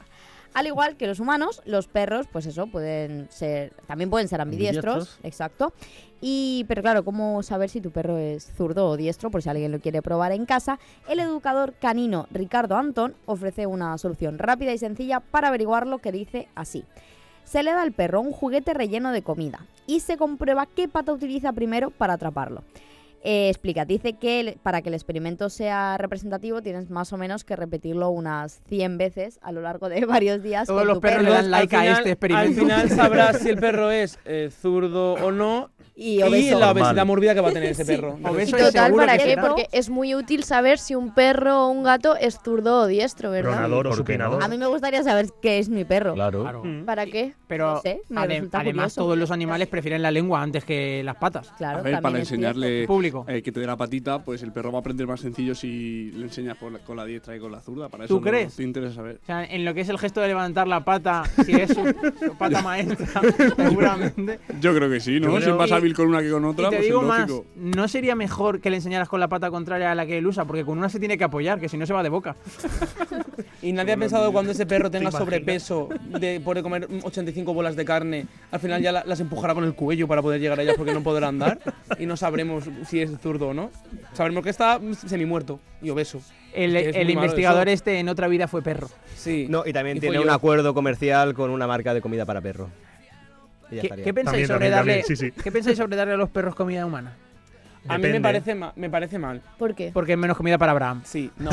[SPEAKER 10] Al igual que los humanos, los perros, pues eso, pueden ser, también pueden ser ambidiestros,
[SPEAKER 8] Ambidiestros.
[SPEAKER 10] exacto. Y, pero claro, ¿cómo saber si tu perro es zurdo o diestro? Por si alguien lo quiere probar en casa, el educador canino Ricardo Antón ofrece una solución rápida y sencilla para averiguar lo que dice así. Se le da al perro un juguete relleno de comida y se comprueba qué pata utiliza primero para atraparlo. Eh, explica, dice que el- para que el experimento sea representativo tienes más o menos que repetirlo unas 100 veces a lo largo de varios días.
[SPEAKER 6] Todos
[SPEAKER 10] con
[SPEAKER 6] los
[SPEAKER 10] tu
[SPEAKER 6] perros
[SPEAKER 10] perro.
[SPEAKER 6] le dan
[SPEAKER 1] Al
[SPEAKER 6] like a
[SPEAKER 1] final-
[SPEAKER 6] este experimento.
[SPEAKER 1] Al final sabrás si el perro es eh, zurdo o no
[SPEAKER 10] y,
[SPEAKER 8] obeso.
[SPEAKER 1] la obesidad
[SPEAKER 8] Normal.
[SPEAKER 1] mórbida que va a tener ese
[SPEAKER 8] Sí.
[SPEAKER 1] perro.
[SPEAKER 8] ¿Y total para qué? Porque es muy útil saber si un perro o un gato es zurdo o diestro, ¿verdad?
[SPEAKER 5] Tronador o supinador.
[SPEAKER 10] A mí me gustaría saber qué es mi perro.
[SPEAKER 5] Claro.
[SPEAKER 8] ¿Para qué?
[SPEAKER 6] Pero
[SPEAKER 10] No sé, me
[SPEAKER 6] adem-
[SPEAKER 10] resulta
[SPEAKER 6] además
[SPEAKER 10] curioso.
[SPEAKER 6] todos los animales prefieren la lengua antes que las patas.
[SPEAKER 10] Claro,
[SPEAKER 13] A ver, para enseñarle
[SPEAKER 6] Público.
[SPEAKER 13] eh, que te dé la patita, pues el perro va a aprender más sencillo si le enseñas por la- con la diestra y con la zurda. Para eso
[SPEAKER 6] ¿Tú
[SPEAKER 13] no-
[SPEAKER 6] crees?
[SPEAKER 13] te interesa saber.
[SPEAKER 6] O sea, en lo que es el gesto de levantar la pata, si es su, su pata maestra, seguramente.
[SPEAKER 13] Yo creo que sí,
[SPEAKER 6] Yo
[SPEAKER 13] ¿no? Si
[SPEAKER 6] creo-
[SPEAKER 13] es más hábil con una que con otra,
[SPEAKER 6] y te
[SPEAKER 13] pues es
[SPEAKER 6] digo más,
[SPEAKER 13] lógico.
[SPEAKER 6] ¿no sería mejor que le enseñaras con la pata contraria a la que él usa? Porque con una se tiene que apoyar, que si no se va de boca.
[SPEAKER 1] Y nadie ha pensado cuando ese perro
[SPEAKER 6] ¿Te
[SPEAKER 1] tenga
[SPEAKER 6] imaginas?
[SPEAKER 1] sobrepeso de poder comer 85 bolas de carne, al final ya la- las empujará con el cuello para poder llegar a ellas porque no podrá andar y no sabremos si es zurdo o no. Sabremos que está semi muerto y obeso.
[SPEAKER 6] El,
[SPEAKER 1] Es que es
[SPEAKER 6] el
[SPEAKER 1] muy malo
[SPEAKER 6] investigador
[SPEAKER 1] eso.
[SPEAKER 6] este en otra vida fue perro.
[SPEAKER 1] Sí.
[SPEAKER 4] No, y también
[SPEAKER 6] Y
[SPEAKER 4] tiene
[SPEAKER 6] fue
[SPEAKER 4] un
[SPEAKER 6] yo.
[SPEAKER 4] acuerdo comercial con una marca de comida para perro. Y ya
[SPEAKER 6] ¿Qué,
[SPEAKER 4] estaría.
[SPEAKER 6] qué pensáis sobre darle, ¿Qué pensáis sobre darle a los perros comida humana?
[SPEAKER 1] A mí me parece, ma- me parece mal.
[SPEAKER 8] ¿Por qué?
[SPEAKER 6] Porque es menos comida para Abraham.
[SPEAKER 1] Sí, no.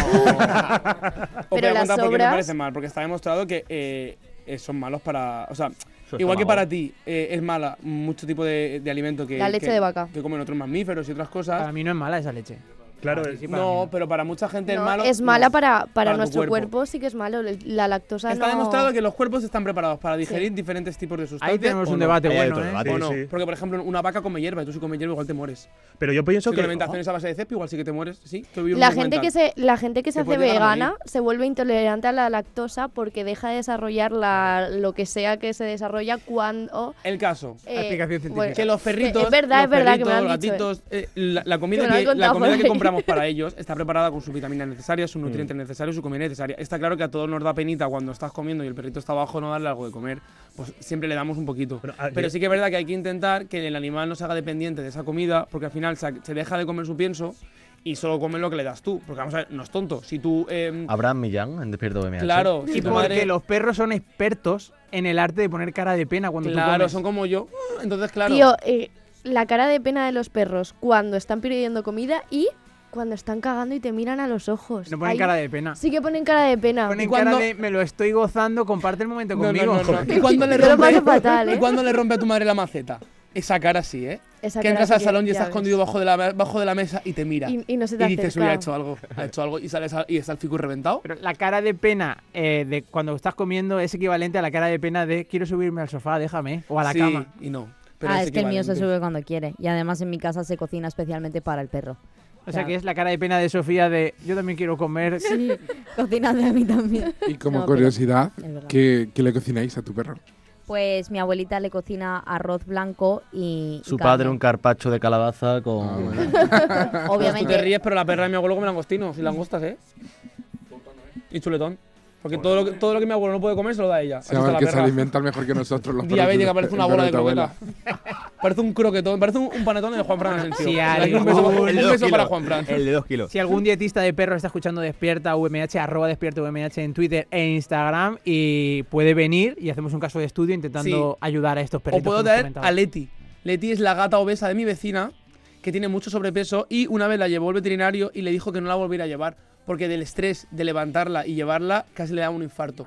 [SPEAKER 1] Os voy a
[SPEAKER 8] Pero las
[SPEAKER 1] contar por qué me
[SPEAKER 8] obras-
[SPEAKER 1] parece mal, porque está demostrado que eh, eh, son malos para. O sea,
[SPEAKER 6] está
[SPEAKER 1] igual que
[SPEAKER 6] malo.
[SPEAKER 1] para ti eh, es mala mucho tipo de, de alimento que.
[SPEAKER 8] La leche
[SPEAKER 1] que-
[SPEAKER 8] de vaca.
[SPEAKER 1] Que comen otros mamíferos y otras cosas.
[SPEAKER 6] Para mí no es mala esa leche.
[SPEAKER 5] Claro,
[SPEAKER 6] es-
[SPEAKER 1] no, pero para mucha gente
[SPEAKER 8] No,
[SPEAKER 1] es malo.
[SPEAKER 8] es mala
[SPEAKER 1] no.
[SPEAKER 8] para, para,
[SPEAKER 1] tu
[SPEAKER 8] nuestro cuerpo. sí que es malo. La lactosa
[SPEAKER 1] Está
[SPEAKER 8] no-
[SPEAKER 1] demostrado que los cuerpos están preparados para digerir diferentes tipos de sustancias.
[SPEAKER 5] tenemos
[SPEAKER 1] o
[SPEAKER 5] un
[SPEAKER 1] no.
[SPEAKER 5] debate Ahí hay bueno, otro ¿eh? debate.
[SPEAKER 1] O no,
[SPEAKER 5] Sí, sí.
[SPEAKER 1] Porque, por ejemplo, una vaca come hierba y tú si comes hierba igual te mueres.
[SPEAKER 5] Pero yo pienso
[SPEAKER 1] si
[SPEAKER 5] que- oh,
[SPEAKER 1] tu alimentación es a base de césped, igual sí que te mueres. Sí, que vi un
[SPEAKER 8] La gente, que
[SPEAKER 1] documental.
[SPEAKER 8] se, la gente que se
[SPEAKER 1] Te
[SPEAKER 8] hace
[SPEAKER 1] puedes llegar a
[SPEAKER 8] vegana
[SPEAKER 1] morir.
[SPEAKER 8] se vuelve intolerante a la lactosa porque deja de desarrollar la, lo que sea que se desarrolla cuando...
[SPEAKER 1] El caso.
[SPEAKER 8] Eh, Explicación científica. bueno,
[SPEAKER 1] que los perritos.
[SPEAKER 8] es verdad,
[SPEAKER 1] los
[SPEAKER 8] es verdad que me lo
[SPEAKER 1] perritos,
[SPEAKER 8] han dicho,
[SPEAKER 1] los gatitos, eh, la, la comida,
[SPEAKER 8] Que me lo han
[SPEAKER 1] que, la
[SPEAKER 8] contado por
[SPEAKER 1] comida que
[SPEAKER 8] ahí.
[SPEAKER 1] compramos para ellos está preparada con sus vitaminas necesarias, sus
[SPEAKER 6] Mm.
[SPEAKER 1] nutrientes necesarios, su comida necesaria. Está claro que a todos nos da penita cuando estás comiendo y el perrito está abajo no darle algo de comer. Pues siempre le damos un poquito. Pero,
[SPEAKER 6] ah,
[SPEAKER 5] yo-
[SPEAKER 1] sí que es verdad que hay que intentar que el animal no se haga dependiente de esa comida, porque al final se, se deja de comer su pienso y solo come lo que le das tú. Porque vamos a ver, no es tonto. Si tú. eh,
[SPEAKER 7] Abraham Millán en Despierto BMH.
[SPEAKER 1] Claro,
[SPEAKER 6] Ah, Y
[SPEAKER 1] si tu
[SPEAKER 6] porque
[SPEAKER 1] madre-
[SPEAKER 6] los perros son expertos en el arte de poner cara de pena cuando tú
[SPEAKER 1] Claro,
[SPEAKER 6] comes.
[SPEAKER 1] son como yo. Entonces, claro.
[SPEAKER 8] Tío, eh, la cara de pena de los perros cuando están pidiendo comida y cuando están cagando y te miran a los ojos.
[SPEAKER 6] No ponen
[SPEAKER 8] Ahí
[SPEAKER 6] cara de pena.
[SPEAKER 8] Sí que ponen cara de pena.
[SPEAKER 6] Ponen
[SPEAKER 8] Y
[SPEAKER 6] cara
[SPEAKER 8] cuando-
[SPEAKER 6] de me lo estoy gozando, comparte el momento conmigo.
[SPEAKER 1] ¿Y cuando le
[SPEAKER 8] Yo lo
[SPEAKER 1] rompe,
[SPEAKER 8] paso fatal, ¿eh?
[SPEAKER 1] ¿Y cuándo le rompe a tu madre la maceta? Esa cara sí, ¿eh?
[SPEAKER 8] Esa
[SPEAKER 1] que
[SPEAKER 8] cara
[SPEAKER 1] entras
[SPEAKER 8] sí
[SPEAKER 1] al
[SPEAKER 8] que
[SPEAKER 1] salón y
[SPEAKER 8] ya
[SPEAKER 1] está
[SPEAKER 8] ves.
[SPEAKER 1] escondido bajo de, la, bajo de la mesa y te mira.
[SPEAKER 8] Y- y no se te
[SPEAKER 1] dices,
[SPEAKER 8] acerca.
[SPEAKER 1] uy, ha hecho algo, ha hecho algo. Y, sales a- y está el fico reventado.
[SPEAKER 6] Pero la cara de pena eh, de cuando estás comiendo es equivalente a la cara de pena de quiero subirme al sofá, déjame. O a la
[SPEAKER 1] Sí,
[SPEAKER 6] cama.
[SPEAKER 1] y no.
[SPEAKER 10] ah, es que el mío se sube cuando quiere. Y además en mi casa se cocina especialmente para el perro.
[SPEAKER 6] O sea que es la cara de pena de Sofía de yo también quiero comer.
[SPEAKER 10] Sí, cocina de a mí también.
[SPEAKER 14] Y como
[SPEAKER 10] No, pero-
[SPEAKER 14] curiosidad,
[SPEAKER 10] es verdad.
[SPEAKER 14] ¿qué, qué le cocináis a tu perro?
[SPEAKER 10] Pues mi abuelita le cocina arroz blanco y. y
[SPEAKER 7] Su
[SPEAKER 10] carne.
[SPEAKER 7] padre un carpacho de calabaza
[SPEAKER 4] Ah,
[SPEAKER 7] con...
[SPEAKER 1] Tú
[SPEAKER 10] Obviamente.
[SPEAKER 1] te ríes, pero la perra de mi abuelo come langostinos y langostas, ¿eh? Y chuletón. Porque todo lo, que, todo lo que mi abuelo no puede comer se lo da ella. Así
[SPEAKER 14] Se
[SPEAKER 1] está
[SPEAKER 14] llama
[SPEAKER 1] la
[SPEAKER 14] que se
[SPEAKER 1] perra.
[SPEAKER 14] alimentan mejor que nosotros los
[SPEAKER 1] Diabética,
[SPEAKER 14] perros,
[SPEAKER 1] parece
[SPEAKER 14] el
[SPEAKER 1] una
[SPEAKER 14] perro
[SPEAKER 1] bola de
[SPEAKER 14] tu abuela.
[SPEAKER 1] croqueta. Parece un croquetón, parece un, un panetón de Juan Fran Asensio.
[SPEAKER 6] Si
[SPEAKER 1] Aquí un
[SPEAKER 6] algún-
[SPEAKER 1] beso, un
[SPEAKER 6] El de dos
[SPEAKER 1] beso para
[SPEAKER 6] kilos.
[SPEAKER 1] Juan Fran.
[SPEAKER 6] El
[SPEAKER 4] de dos kilos.
[SPEAKER 6] Si algún dietista de perro está escuchando Despierta UMH, arroba Despierta UMH en Twitter e Instagram y puede venir y hacemos un caso de estudio intentando
[SPEAKER 1] Sí.
[SPEAKER 6] ayudar a estos perros.
[SPEAKER 1] O puedo traer a Leti. Leti es la gata obesa de mi vecina que tiene mucho sobrepeso y una vez la llevó al veterinario y le dijo que no la volviera a llevar porque del estrés de levantarla y llevarla casi le da un infarto,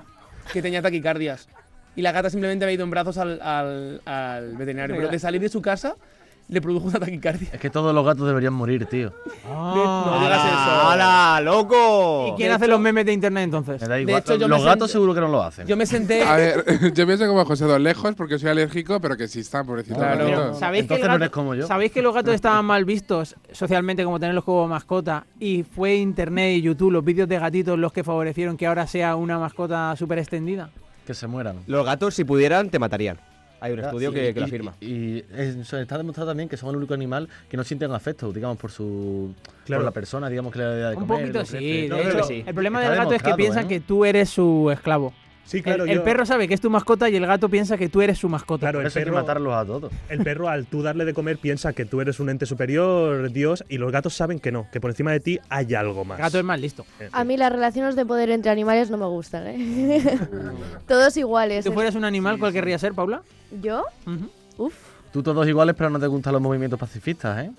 [SPEAKER 1] que tenía taquicardias. Y la gata simplemente había ido en brazos al, al- al veterinario. Pero de salir de su casa le produjo una taquicardia.
[SPEAKER 7] Es que todos los gatos deberían morir, tío.
[SPEAKER 1] no digas eso.
[SPEAKER 4] ¡Hala, loco!
[SPEAKER 6] Ah. ¿Y quién hace los memes de internet entonces?
[SPEAKER 7] Me da igual. los gatos seguro que no lo hacen.
[SPEAKER 1] Yo me senté.
[SPEAKER 14] A ver, yo pienso como José Dos Lejos porque soy alérgico, pero que sí están, pobrecito.
[SPEAKER 6] Pero, ¿sabéis que los gatos- ¿Sabéis que los gatos estaban mal vistos socialmente como tenerlos como mascota? Y fue internet y YouTube, los vídeos de gatitos, los que favorecieron que ahora sea una mascota súper extendida.
[SPEAKER 7] Que se mueran.
[SPEAKER 4] Los gatos, si pudieran, te matarían. Hay
[SPEAKER 1] Ah,
[SPEAKER 4] un estudio
[SPEAKER 7] Sí,
[SPEAKER 4] que,
[SPEAKER 7] y-
[SPEAKER 4] que lo
[SPEAKER 7] y-
[SPEAKER 4] afirma.
[SPEAKER 7] Y, es- eso está demostrado también que son el único animal que no sienten afecto, digamos, por su
[SPEAKER 5] Claro.
[SPEAKER 7] por la persona, digamos, que le da de
[SPEAKER 6] Un
[SPEAKER 7] comer.
[SPEAKER 6] poquito
[SPEAKER 7] le
[SPEAKER 6] sí.
[SPEAKER 7] ofrece.
[SPEAKER 6] de
[SPEAKER 7] Yo creo
[SPEAKER 6] hecho,
[SPEAKER 7] que sí.
[SPEAKER 6] El problema
[SPEAKER 7] Está
[SPEAKER 6] del gato es que
[SPEAKER 7] demostrado,
[SPEAKER 6] piensan
[SPEAKER 7] ¿eh?
[SPEAKER 6] que tú eres su esclavo.
[SPEAKER 5] Sí, claro,
[SPEAKER 6] el, el
[SPEAKER 5] yo-
[SPEAKER 6] perro sabe que es tu mascota y el gato piensa que tú eres su mascota.
[SPEAKER 5] Claro, el perro,
[SPEAKER 7] a todos.
[SPEAKER 5] El perro, al tú darle de comer, piensa que tú eres un ente superior, Dios, y los gatos saben que no, que por encima de ti hay algo más. Eh,
[SPEAKER 6] gato es más listo.
[SPEAKER 8] A mí las relaciones de poder entre animales no me gustan, ¿eh? Todos iguales. ¿eh?
[SPEAKER 6] Si tú fueras un animal, ¿cuál querrías ser, Paula?
[SPEAKER 8] ¿Yo? Uf.
[SPEAKER 7] Tú todos iguales, pero no te gustan los movimientos pacifistas, ¿eh?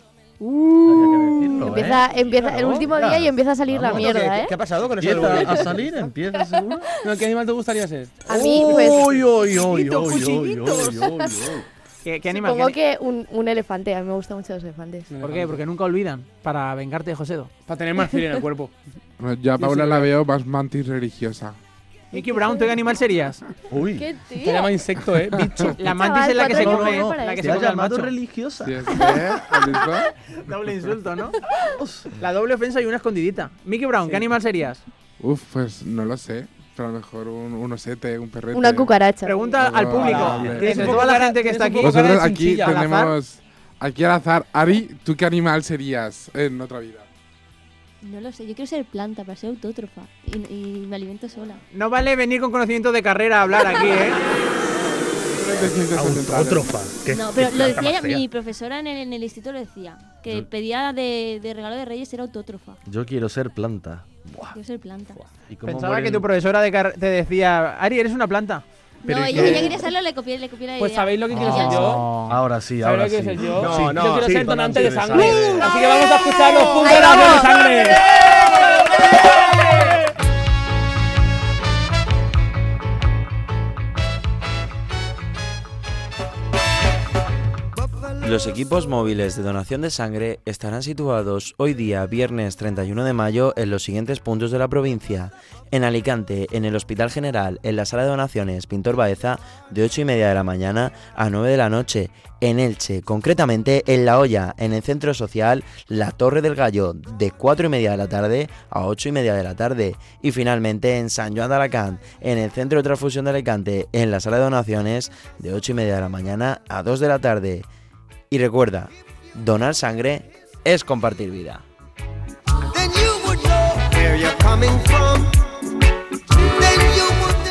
[SPEAKER 7] Decirlo,
[SPEAKER 8] Empieza,
[SPEAKER 7] ¿eh?
[SPEAKER 8] empieza el
[SPEAKER 7] Claro,
[SPEAKER 8] último
[SPEAKER 7] mira.
[SPEAKER 8] día y empieza a salir la
[SPEAKER 7] Vamos.
[SPEAKER 8] mierda,
[SPEAKER 7] ¿Qué-
[SPEAKER 8] ¿eh?
[SPEAKER 7] qué- qué ha pasado con eso del Empieza a salir, empieza seguro.
[SPEAKER 1] No, ¿Qué animal te gustaría ser?
[SPEAKER 8] A mí, pues-
[SPEAKER 7] Uy, uy, uy, uy,
[SPEAKER 8] Cuchillitos,
[SPEAKER 7] uy, uy,
[SPEAKER 8] cuchillitos.
[SPEAKER 7] uy, uy, uy.
[SPEAKER 6] ¿Qué, qué animal?
[SPEAKER 8] Supongo
[SPEAKER 6] ¿Qué-
[SPEAKER 8] que un, un elefante, a mí me gustan mucho los elefantes.
[SPEAKER 6] ¿Por qué? Porque nunca olvidan. Para vengarte de Josedo.
[SPEAKER 1] Para tener marfil en el cuerpo.
[SPEAKER 14] Yo a
[SPEAKER 1] Sí,
[SPEAKER 14] Paula
[SPEAKER 1] sí,
[SPEAKER 14] la veo más mantis religiosa.
[SPEAKER 6] Mickey Brown, ¿tú qué animal serías?
[SPEAKER 7] Uy.
[SPEAKER 8] ¿Qué tío?
[SPEAKER 1] Te llama insecto, eh, bicho.
[SPEAKER 6] La mantis es la que se
[SPEAKER 7] No,
[SPEAKER 6] come,
[SPEAKER 7] no,
[SPEAKER 6] la
[SPEAKER 7] no.
[SPEAKER 6] que
[SPEAKER 7] Te
[SPEAKER 6] se
[SPEAKER 7] ha
[SPEAKER 6] come al
[SPEAKER 7] llamado
[SPEAKER 6] macho.
[SPEAKER 7] religiosa.
[SPEAKER 14] Sí, es que-
[SPEAKER 6] Doble insulto, ¿no? La doble ofensa y una escondidita. Mickey Brown, ¿qué animal serías?
[SPEAKER 14] Uf, pues no lo sé. Pero a lo mejor un, un osete, un perrete.
[SPEAKER 8] Una cucaracha.
[SPEAKER 6] Pregunta al público.
[SPEAKER 14] Vale.
[SPEAKER 6] Entre toda la gente que está aquí.
[SPEAKER 14] Vosotros aquí
[SPEAKER 6] Al azar.
[SPEAKER 14] tenemos. Aquí al azar. Ari, ¿tú qué animal serías en otra vida?
[SPEAKER 15] No lo sé, yo quiero ser planta para ser autótrofa y, y me alimento sola.
[SPEAKER 6] No vale venir con conocimiento de carrera a hablar aquí, ¿eh?
[SPEAKER 5] Autótrofa. que-
[SPEAKER 15] no,
[SPEAKER 5] que
[SPEAKER 15] pero lo
[SPEAKER 5] planta
[SPEAKER 15] decía
[SPEAKER 5] más
[SPEAKER 15] ella-
[SPEAKER 5] fea.
[SPEAKER 15] mi profesora en el, en el instituto lo decía, que
[SPEAKER 7] Yo-
[SPEAKER 15] pedía de, de regalo de reyes ser autótrofa.
[SPEAKER 7] Yo quiero ser planta.
[SPEAKER 15] Quiero ser planta.
[SPEAKER 7] ¿Y cómo
[SPEAKER 6] Pensaba que
[SPEAKER 7] mueren?
[SPEAKER 6] tu profesora de car- te decía, Ari, eres una planta.
[SPEAKER 15] no, ella, ella quería serlo, le copié, le copié la
[SPEAKER 1] Pues
[SPEAKER 15] idea.
[SPEAKER 1] sabéis lo que quiero
[SPEAKER 7] Ah,
[SPEAKER 1] ser yo.
[SPEAKER 7] Ahora
[SPEAKER 1] ¿Sabéis
[SPEAKER 7] sí,
[SPEAKER 1] lo
[SPEAKER 7] ahora
[SPEAKER 1] que
[SPEAKER 7] sí.
[SPEAKER 1] quiero ser yo?
[SPEAKER 4] No, no,
[SPEAKER 1] yo quiero
[SPEAKER 4] sí,
[SPEAKER 1] ser donante de sangre.
[SPEAKER 4] donante de sangre.
[SPEAKER 1] Así que vamos a escuchar los puntos de
[SPEAKER 4] vamos.
[SPEAKER 1] de sangre.
[SPEAKER 9] Los equipos móviles de donación de sangre estarán situados hoy día, viernes 31 de mayo, en los siguientes puntos de la provincia. En Alicante, en el Hospital General, en la sala de donaciones Pintor Baeza, de 8 y media de la mañana a 9 de la noche. En Elche, concretamente en La Hoya, en el Centro Social La Torre del Gallo, de 4 y media de la tarde a 8 y media de la tarde. Y finalmente en San Juan de Alacant, en el Centro de Transfusión de Alicante, en la sala de donaciones, de 8 y media de la mañana a 2 de la tarde. Y recuerda, donar sangre es compartir vida.
[SPEAKER 2] Then you would know where you're coming from. Then you would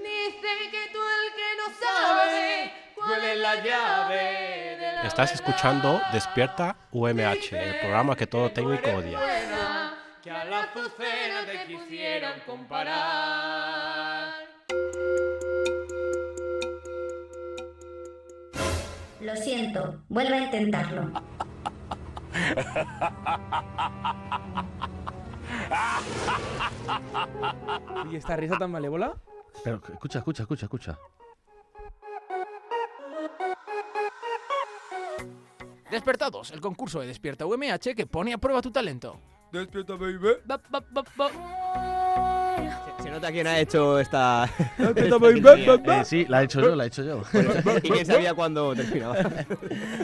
[SPEAKER 11] Dicen que tú el que no sabe cuál es la llave de la
[SPEAKER 12] Estás escuchando Despierta UMH, el programa que todo técnico odia.
[SPEAKER 11] buena que a la azucena te quisieran comparar.
[SPEAKER 16] Lo siento, vuelve a intentarlo.
[SPEAKER 1] ¿Y esta risa tan malévola?
[SPEAKER 7] Pero escucha, escucha, escucha, escucha.
[SPEAKER 6] Despertados, el concurso de Despierta UMH que pone a prueba tu talento.
[SPEAKER 1] Despierta, baby.
[SPEAKER 4] Se nota quién ha hecho esta.
[SPEAKER 7] Esta
[SPEAKER 4] quinceañera.
[SPEAKER 7] Eh, sí, la he hecho yo, la he hecho yo.
[SPEAKER 4] ¿Y quién sabía cuándo terminaba?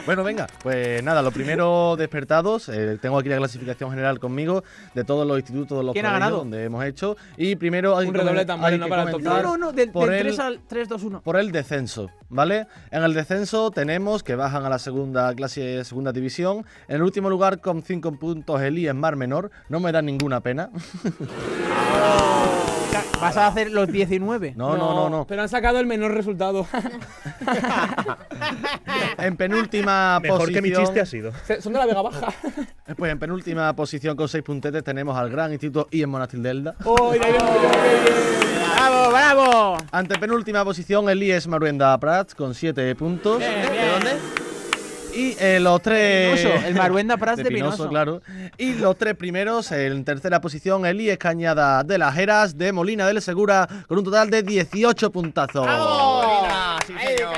[SPEAKER 7] Bueno, venga, pues nada, lo primero despertados. eh, tengo aquí la clasificación general conmigo de todos los institutos, de los
[SPEAKER 6] ¿Quién ha
[SPEAKER 7] colegios
[SPEAKER 6] ganado?
[SPEAKER 7] donde hemos hecho. Y primero hay
[SPEAKER 6] Un
[SPEAKER 7] que
[SPEAKER 6] redoble de
[SPEAKER 7] comen-
[SPEAKER 6] tambores,
[SPEAKER 7] hay
[SPEAKER 6] no
[SPEAKER 7] que
[SPEAKER 6] para el top
[SPEAKER 7] comentar
[SPEAKER 6] ten. No, no, del-
[SPEAKER 7] por
[SPEAKER 6] del
[SPEAKER 7] el-
[SPEAKER 6] tres al- tres, dos, uno.
[SPEAKER 7] Por el descenso, ¿vale? En el descenso tenemos que bajan a la segunda clase, segunda división. En el último lugar, con 5 puntos, el IES Mar Menor. No me da ninguna pena.
[SPEAKER 6] ¿Vas a hacer los 19?
[SPEAKER 7] No, no, no, no.
[SPEAKER 1] Pero han sacado el menor resultado.
[SPEAKER 7] En penúltima
[SPEAKER 5] Mejor que
[SPEAKER 7] posición.
[SPEAKER 5] mi chiste ha sido.
[SPEAKER 1] Se- Son de la Vega Baja.
[SPEAKER 7] Pues en penúltima posición con seis puntetes tenemos al gran instituto IES Monastil de Elda.
[SPEAKER 1] ¡Oh, mira, mira, mira, mira, mira.
[SPEAKER 6] ¡Bravo, bravo!
[SPEAKER 7] Ante penúltima posición, el IES Maruenda Prats con 7 puntos. ¿De dónde? Y eh, los tres.
[SPEAKER 6] Pinoso, el Maruenda Prats de Pinoso.
[SPEAKER 7] claro. Y los tres primeros, en tercera posición, el IES Cañada de las Heras de Molina del Segura con un total de 18 puntazos.
[SPEAKER 6] ¡Bravo!
[SPEAKER 4] ¡Molina! ¡Sí, señor!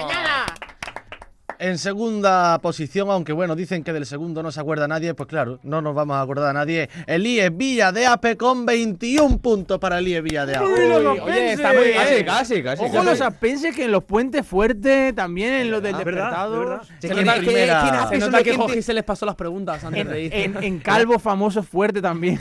[SPEAKER 7] En segunda posición, aunque bueno, dicen que del segundo no se acuerda nadie, pues claro, no nos vamos a acordar a nadie. Elías Villa de Ape con 21 puntos para Elías Villa de Ape.
[SPEAKER 6] oye, está muy bien.
[SPEAKER 7] Casi, casi, casi,
[SPEAKER 6] Ojo
[SPEAKER 7] casi.
[SPEAKER 6] los aspenses que en los puentes fuertes, también en los del despertado.
[SPEAKER 1] Se nota que- que Nape solo gente-
[SPEAKER 6] se les pasó las preguntas
[SPEAKER 1] antes de ir.
[SPEAKER 6] En, en Calvo famoso fuerte también.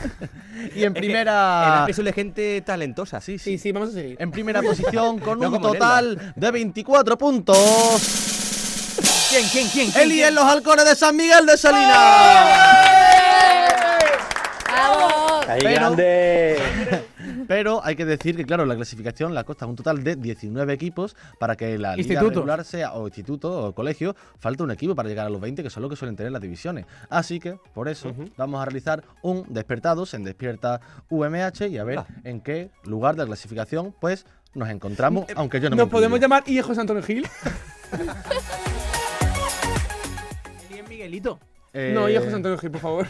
[SPEAKER 7] Y en primera.
[SPEAKER 4] Es de gente talentosa.
[SPEAKER 7] Sí,
[SPEAKER 1] sí, sí, vamos a seguir.
[SPEAKER 7] En primera posición, con
[SPEAKER 4] No
[SPEAKER 7] un
[SPEAKER 4] como
[SPEAKER 7] total de 24 puntos.
[SPEAKER 6] ¿Quién, quién, quién?
[SPEAKER 7] Eli en los halcones de San Miguel de Salinas. Pero, pero hay que decir que, claro, la clasificación la consta un total de 19 equipos para que la liga
[SPEAKER 6] Institutos.
[SPEAKER 7] regular sea o instituto o colegio. Falta un equipo para llegar a los 20, que son los que suelen tener las divisiones. Así que, por eso, vamos a realizar un despertados en Despierta UMH y a
[SPEAKER 1] Ah.
[SPEAKER 7] ver en qué lugar de la clasificación pues nos encontramos, aunque yo no me
[SPEAKER 1] Eh, Nos
[SPEAKER 7] incluyo.
[SPEAKER 1] podemos llamar y José Antonio Gil.
[SPEAKER 6] Bien, Miguelito.
[SPEAKER 7] Eh,
[SPEAKER 1] No, y José Antonio Gil, por favor.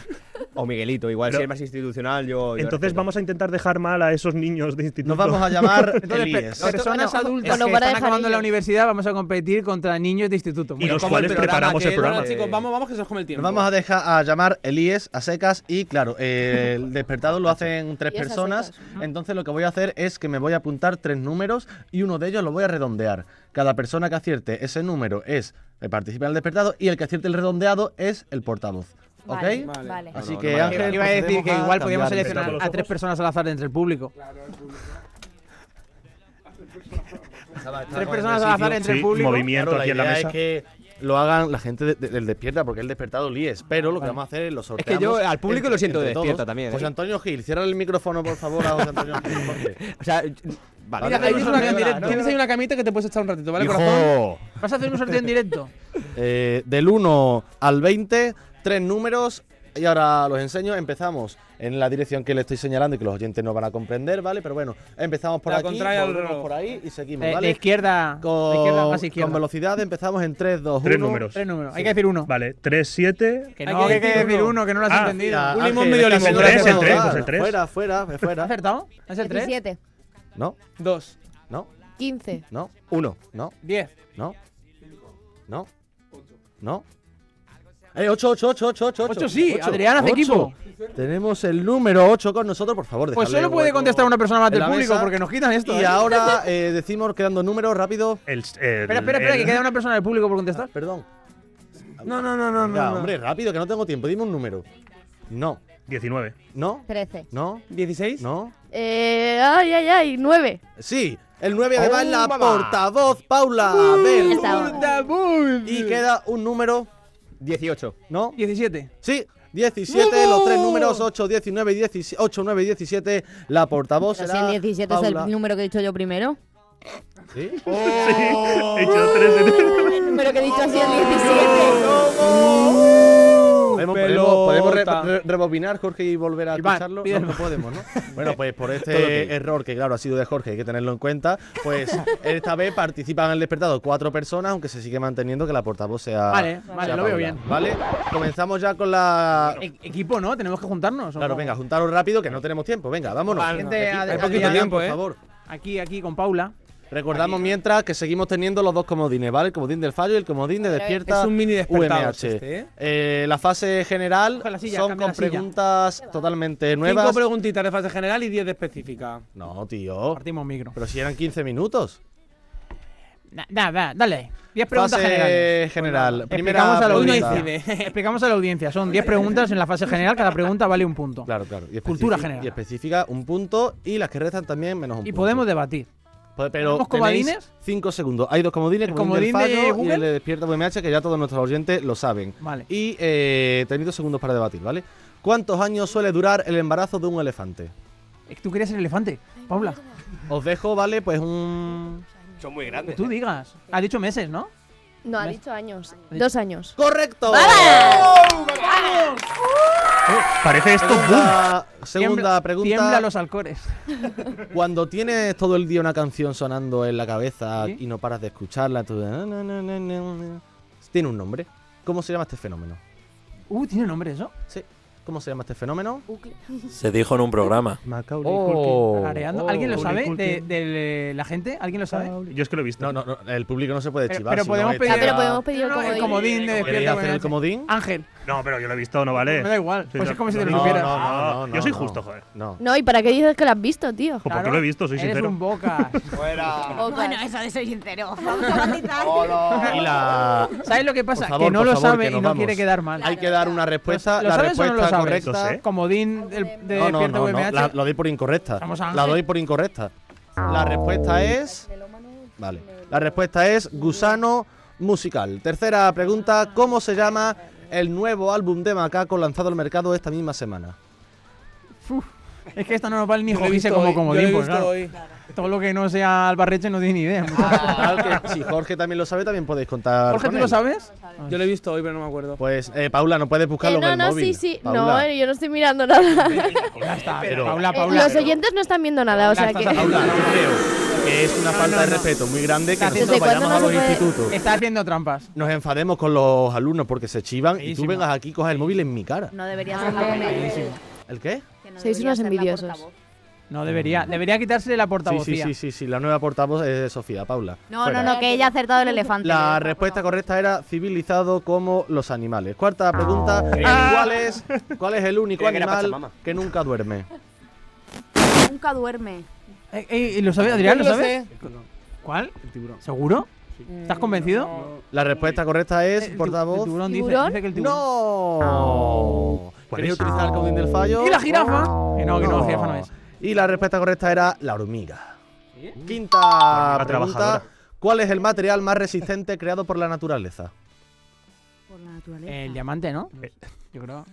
[SPEAKER 4] O Miguelito, igual,
[SPEAKER 5] Pero-
[SPEAKER 4] si es más institucional, yo. yo
[SPEAKER 5] Entonces vamos a intentar dejar mal a esos niños de instituto.
[SPEAKER 7] Nos vamos a llamar Elíes.
[SPEAKER 6] Personas adultas
[SPEAKER 4] lo
[SPEAKER 6] que
[SPEAKER 4] van a
[SPEAKER 6] están
[SPEAKER 4] dejar
[SPEAKER 6] acabando
[SPEAKER 4] ellos.
[SPEAKER 6] la universidad, vamos a competir contra niños de instituto.
[SPEAKER 5] Y los cuales preparamos el programa.
[SPEAKER 1] Chicos, vamos, vamos que se os come el
[SPEAKER 7] Eh, Nos
[SPEAKER 1] tiempo.
[SPEAKER 7] vamos a dejar a llamar Elías a secas y claro, eh, el despertado lo hacen tres
[SPEAKER 1] Elías a
[SPEAKER 7] personas. Entonces lo que voy a hacer es que me voy a apuntar tres números y uno de ellos lo voy a redondear. Cada persona que acierte ese número es el participante del despertado y el que acierte el redondeado es el portavoz. ¿Ok?
[SPEAKER 10] Vale, Vale. vale.
[SPEAKER 7] Así
[SPEAKER 10] Bueno,
[SPEAKER 7] que
[SPEAKER 10] vale.
[SPEAKER 7] Ángel,
[SPEAKER 6] Iba a decir
[SPEAKER 7] procedemos
[SPEAKER 6] que
[SPEAKER 7] a
[SPEAKER 6] igual
[SPEAKER 7] cambiar
[SPEAKER 6] podíamos
[SPEAKER 7] de
[SPEAKER 6] seleccionar
[SPEAKER 7] tema.
[SPEAKER 6] a tres personas al azar entre el público. Tres personas al azar entre el público.
[SPEAKER 7] Claro, la idea es que lo hagan la gente de- de- del despierta, porque el despertado Lies. Pero lo que vamos a hacer es lo
[SPEAKER 4] que
[SPEAKER 7] sorteamos.
[SPEAKER 4] yo al público lo siento de
[SPEAKER 7] entre
[SPEAKER 4] Despierta también, ¿eh?
[SPEAKER 7] José Antonio Gil, cierra el micrófono, por favor, a José Antonio Gil. porque-
[SPEAKER 4] O sea, vale.
[SPEAKER 1] Mira, ahí tienes, una camita, tienes ahí una camita que te puedes echar un ratito, ¿vale, corazón?
[SPEAKER 6] Vas a hacer un sorteo en directo.
[SPEAKER 7] Eh, del 1 al 20, tres números. Y ahora los enseño. Empezamos en la dirección que le estoy señalando y que los oyentes no van a comprender, ¿vale? Pero bueno, eh, empezamos por
[SPEAKER 6] La
[SPEAKER 7] aquí,
[SPEAKER 6] contraria al
[SPEAKER 7] volvemos
[SPEAKER 6] reloj.
[SPEAKER 7] por ahí y seguimos,
[SPEAKER 6] Eh,
[SPEAKER 7] ¿vale?
[SPEAKER 6] de izquierda,
[SPEAKER 7] con,
[SPEAKER 6] de izquierda más izquierda.
[SPEAKER 7] con velocidad empezamos en 3, 2, 1.
[SPEAKER 5] Tres números.
[SPEAKER 6] Tres números. Hay que decir uno.
[SPEAKER 5] Vale, 3, 7.
[SPEAKER 6] Que no, que hay que decir uno, Ah. que no lo has entendido.
[SPEAKER 5] Un limón medio limón. El 3, el 3, el 3.
[SPEAKER 7] Fuera, fuera, fuera.
[SPEAKER 6] ¿Acertado? ¿Es el 3?
[SPEAKER 8] 17,
[SPEAKER 7] No,
[SPEAKER 1] 2,
[SPEAKER 7] no,
[SPEAKER 8] 15,
[SPEAKER 7] no. 1. No,
[SPEAKER 1] 10.
[SPEAKER 7] no, no, no. Eh, 8, 8, 8, 8, 8.
[SPEAKER 6] Ocho sí, Adrián hace equipo.
[SPEAKER 7] Tenemos el número 8 con nosotros, por favor.
[SPEAKER 6] Pues
[SPEAKER 7] dejadle
[SPEAKER 6] solo puede
[SPEAKER 7] hueco
[SPEAKER 6] contestar una persona más
[SPEAKER 7] en
[SPEAKER 6] del
[SPEAKER 7] la
[SPEAKER 6] público,
[SPEAKER 7] mesa.
[SPEAKER 6] porque nos quitan esto.
[SPEAKER 7] Y
[SPEAKER 6] ¿eh?
[SPEAKER 7] ahora eh, decimos, quedando números rápido.
[SPEAKER 6] Espera, espera, espera, que queda una persona del público por contestar.
[SPEAKER 7] Perdón.
[SPEAKER 6] No, no, no, no,
[SPEAKER 7] Venga,
[SPEAKER 6] no.
[SPEAKER 7] hombre, rápido, que no tengo tiempo. Dime un número. No.
[SPEAKER 5] 19.
[SPEAKER 7] No,
[SPEAKER 8] 13.
[SPEAKER 7] no,
[SPEAKER 1] 16.
[SPEAKER 7] no.
[SPEAKER 8] Eh, ay, ay, ay, 9.
[SPEAKER 7] Sí, el 9 además
[SPEAKER 8] Oh,
[SPEAKER 7] la
[SPEAKER 8] mamá.
[SPEAKER 7] portavoz Paula Abel. Y queda un número.
[SPEAKER 4] 18.
[SPEAKER 7] ¿No?
[SPEAKER 6] 17.
[SPEAKER 7] Sí, 17, los tres números 8, 19 y 17. 8, 9 y 17. La portavoz
[SPEAKER 10] Pero si
[SPEAKER 7] será
[SPEAKER 10] el 17 es
[SPEAKER 7] Paula.
[SPEAKER 10] el número que he dicho yo primero.
[SPEAKER 7] ¿Sí?
[SPEAKER 5] He hecho 3 en
[SPEAKER 10] El número que he dicho ha sido el 17.
[SPEAKER 7] Podemos, podemos, podemos re- re- rebobinar, Jorge, y volver a
[SPEAKER 6] Iván,
[SPEAKER 7] escucharlo.
[SPEAKER 6] pide
[SPEAKER 7] No, no
[SPEAKER 6] el-
[SPEAKER 7] podemos, ¿no? Bueno, pues por
[SPEAKER 4] Todo
[SPEAKER 7] este
[SPEAKER 4] ok.
[SPEAKER 7] error, que claro, ha sido de Jorge, hay que tenerlo en cuenta, pues esta vez participan en el despertado cuatro personas, aunque se sigue manteniendo que la portavoz sea.
[SPEAKER 6] Vale,
[SPEAKER 7] sea
[SPEAKER 6] vale, lo veo
[SPEAKER 7] Paula,
[SPEAKER 6] bien.
[SPEAKER 7] Vale, comenzamos ya con la.
[SPEAKER 6] E- equipo, ¿no? Tenemos que juntarnos. ¿o
[SPEAKER 7] Claro,
[SPEAKER 6] no?
[SPEAKER 7] venga, juntaros rápido, que no tenemos tiempo. Venga, vámonos.
[SPEAKER 6] Vale,
[SPEAKER 7] Gente,
[SPEAKER 6] equipo,
[SPEAKER 7] a-
[SPEAKER 6] hay
[SPEAKER 7] a-
[SPEAKER 6] poquito
[SPEAKER 7] a-
[SPEAKER 6] tiempo,
[SPEAKER 7] por
[SPEAKER 6] ¿eh?
[SPEAKER 7] favor.
[SPEAKER 6] Aquí, aquí, con Paula.
[SPEAKER 7] Recordamos mientras que seguimos teniendo los dos comodines, ¿vale? El comodín del fallo y el comodín de despierta.
[SPEAKER 1] Es un mini despertados
[SPEAKER 7] UMH.
[SPEAKER 1] este, ¿eh?
[SPEAKER 7] Eh, la fase general
[SPEAKER 1] Coge la silla,
[SPEAKER 7] son
[SPEAKER 1] cambia
[SPEAKER 7] con
[SPEAKER 1] la silla.
[SPEAKER 7] preguntas totalmente nuevas.
[SPEAKER 1] 5 preguntitas de fase general y 10 de específica.
[SPEAKER 7] No, tío.
[SPEAKER 6] Partimos micro.
[SPEAKER 7] Pero si eran 15 minutos.
[SPEAKER 6] Da, da, da, dale. 10 preguntas
[SPEAKER 7] Fase
[SPEAKER 6] generales.
[SPEAKER 7] general. Primera
[SPEAKER 6] Explicamos a, la
[SPEAKER 7] pregunta.
[SPEAKER 6] audiencia. Explicamos a la audiencia. Son 10 preguntas en la fase general. Cada pregunta vale un punto.
[SPEAKER 7] Claro, claro. Y
[SPEAKER 6] Cultura
[SPEAKER 7] especifi-
[SPEAKER 6] general.
[SPEAKER 7] Y especifica un punto y las que restan también menos un
[SPEAKER 6] Y
[SPEAKER 7] punto.
[SPEAKER 6] podemos debatir.
[SPEAKER 7] Pues, Pero
[SPEAKER 6] ¿Tenemos
[SPEAKER 7] tenéis
[SPEAKER 6] comodines?
[SPEAKER 7] 5 segundos. Hay dos comodines,
[SPEAKER 6] ¿El
[SPEAKER 7] comodín
[SPEAKER 6] comodín
[SPEAKER 7] del
[SPEAKER 6] de
[SPEAKER 7] fallo y
[SPEAKER 6] Google?
[SPEAKER 7] el de despierta VMH, que ya todos nuestros oyentes lo saben.
[SPEAKER 6] Vale.
[SPEAKER 7] Y eh, tenéis dos segundos para debatir, ¿vale? ¿Cuántos años suele durar el embarazo de un elefante?
[SPEAKER 6] ¿Tú querías el elefante, Paula?
[SPEAKER 7] Os dejo, ¿vale? Pues un...
[SPEAKER 4] Son muy
[SPEAKER 6] Que
[SPEAKER 4] grandes.
[SPEAKER 7] eh.
[SPEAKER 6] tú digas. Ha dicho meses, ¿no?
[SPEAKER 8] No, ha
[SPEAKER 6] Mes-
[SPEAKER 8] dicho años. Dos años.
[SPEAKER 7] ¡Correcto!
[SPEAKER 5] Parece esto
[SPEAKER 7] Segunda, segunda
[SPEAKER 6] Tiembla-
[SPEAKER 7] pregunta.
[SPEAKER 6] Tiembla los alcores.
[SPEAKER 7] Cuando tienes todo el día una canción sonando en la cabeza y no paras de escucharla, tú- tiene un nombre. ¿Cómo se llama este fenómeno?
[SPEAKER 6] Uh, ¿tiene nombre eso?
[SPEAKER 7] Sí. ¿Cómo se llama este fenómeno?
[SPEAKER 17] Se dijo en un programa.
[SPEAKER 7] Macaulay Oh,
[SPEAKER 6] Tarareando. ¿Alguien lo sabe de, de la gente? ¿Alguien lo sabe?
[SPEAKER 7] Yo es que lo he visto. No, no, no, el público no se puede
[SPEAKER 6] Pero-
[SPEAKER 7] chivar.
[SPEAKER 6] pero
[SPEAKER 7] si
[SPEAKER 6] podemos
[SPEAKER 7] no,
[SPEAKER 6] pedir-
[SPEAKER 7] echa-
[SPEAKER 6] Ah, pero podemos pedir el No, no, el comodín. comodín de
[SPEAKER 7] ¿Queréis
[SPEAKER 6] despierta
[SPEAKER 7] hacer el
[SPEAKER 6] buena
[SPEAKER 7] comodín?
[SPEAKER 6] Ángel.
[SPEAKER 5] No, pero yo lo he visto, no vale.
[SPEAKER 6] Me da igual,
[SPEAKER 5] Sí,
[SPEAKER 6] pues
[SPEAKER 5] no-
[SPEAKER 6] es como si te lo
[SPEAKER 5] no,
[SPEAKER 6] dijera.
[SPEAKER 5] No, no,
[SPEAKER 6] Ah,
[SPEAKER 5] yo soy
[SPEAKER 6] no.
[SPEAKER 5] justo, joder.
[SPEAKER 7] No.
[SPEAKER 8] No, ¿y para qué dices que lo has visto, tío?
[SPEAKER 5] Pues porque lo he visto, soy
[SPEAKER 6] eres
[SPEAKER 5] sincero.
[SPEAKER 6] un boca.
[SPEAKER 18] Bueno, eso de soy sincero. Vamos a
[SPEAKER 6] Ah,
[SPEAKER 18] matizar.
[SPEAKER 7] Y la...
[SPEAKER 6] ¿Sabes lo que pasa?
[SPEAKER 7] Por favor,
[SPEAKER 6] que no
[SPEAKER 7] por
[SPEAKER 6] lo
[SPEAKER 7] favor,
[SPEAKER 6] sabe
[SPEAKER 7] que
[SPEAKER 6] y
[SPEAKER 7] nos
[SPEAKER 6] no
[SPEAKER 7] vamos.
[SPEAKER 6] quiere quedar mal. Pues
[SPEAKER 7] Hay que dar una respuesta,
[SPEAKER 6] ¿Lo
[SPEAKER 7] la
[SPEAKER 6] sabes o no lo
[SPEAKER 7] respuesta
[SPEAKER 6] sabes?
[SPEAKER 7] correcta.
[SPEAKER 6] Comodín del- de
[SPEAKER 7] No, no, no,
[SPEAKER 6] Despierta
[SPEAKER 7] no,
[SPEAKER 6] VMH.
[SPEAKER 7] La, lo doy por incorrecta.
[SPEAKER 6] Vamos,
[SPEAKER 7] La
[SPEAKER 6] Ángel.
[SPEAKER 7] doy por incorrecta. La respuesta es. Vale. La respuesta es gusano musical. Tercera pregunta: ¿Cómo se llama el nuevo álbum de Macaco lanzado al mercado esta misma semana?
[SPEAKER 6] Es que esta no nos vale ni
[SPEAKER 7] Yo lo he
[SPEAKER 6] jodice
[SPEAKER 7] visto
[SPEAKER 6] como
[SPEAKER 7] hoy, yo lo
[SPEAKER 6] comodín,
[SPEAKER 7] he
[SPEAKER 6] pues
[SPEAKER 7] visto
[SPEAKER 6] claro.
[SPEAKER 7] hoy.
[SPEAKER 6] Todo lo que no sea Albarreche no tiene ni idea.
[SPEAKER 7] Claro que si Jorge también lo sabe, también podéis contar.
[SPEAKER 6] Ah, Jorge,
[SPEAKER 7] con
[SPEAKER 6] ¿tú lo
[SPEAKER 7] él.
[SPEAKER 6] sabes?
[SPEAKER 1] Yo lo he visto hoy, pero no me acuerdo.
[SPEAKER 7] Pues, eh, Paula, no puedes buscarlo
[SPEAKER 8] Eh, no,
[SPEAKER 7] en el
[SPEAKER 8] no,
[SPEAKER 7] móvil.
[SPEAKER 8] sí, sí.
[SPEAKER 7] Paula.
[SPEAKER 8] No, eh, yo no estoy mirando nada.
[SPEAKER 7] Pero-
[SPEAKER 8] Eh, Los oyentes no están viendo nada, o sea que.
[SPEAKER 7] Paula, yo creo que es una falta de respeto muy grande que nosotros vayamos a los institutos.
[SPEAKER 6] Está haciendo trampas.
[SPEAKER 7] Nos enfademos con los alumnos porque se chivan y tú vengas aquí y coges el móvil en mi cara.
[SPEAKER 10] No debería
[SPEAKER 6] ser la
[SPEAKER 7] ¿El qué?
[SPEAKER 8] Sois unos envidiosos.
[SPEAKER 6] No debería. Debería quitarse la
[SPEAKER 7] Sí,
[SPEAKER 6] portavocía.
[SPEAKER 7] sí, sí, sí, sí, la nueva portavoz es Sofía, Paula.
[SPEAKER 10] No,
[SPEAKER 7] Fuera.
[SPEAKER 10] no, no, que ella ha acertado el elefante.
[SPEAKER 7] La respuesta correcta era civilizado como los animales. Cuarta pregunta, ¿cuál, es, ¿cuál es el único
[SPEAKER 10] Creía que era
[SPEAKER 7] animal
[SPEAKER 10] Pachamama.
[SPEAKER 7] Oh. que nunca duerme?
[SPEAKER 10] Nunca duerme.
[SPEAKER 6] Eh, eh, ¿Lo sabes, Adrián?
[SPEAKER 10] Yo
[SPEAKER 6] ¿Lo
[SPEAKER 10] lo
[SPEAKER 6] sabes? ¿Cuál? ¿Seguro? ¿Estás convencido?
[SPEAKER 7] La respuesta Pues correcta es portavoz.
[SPEAKER 6] tiburón dice-
[SPEAKER 7] ¿Tiburón?
[SPEAKER 6] dice que el
[SPEAKER 7] ¡No! ¿Queréis utilizar el comodín del fallo?
[SPEAKER 6] ¿Y la jirafa? Que Eh, no, que no, la jirafa no es.
[SPEAKER 7] Y la respuesta correcta era la hormiga. Quinta
[SPEAKER 5] Hormiga
[SPEAKER 7] pregunta,
[SPEAKER 5] trabajadora.
[SPEAKER 7] ¿cuál es el material más resistente creado por la naturaleza?
[SPEAKER 6] El diamante, ¿no?
[SPEAKER 7] Eh,
[SPEAKER 6] Yo creo.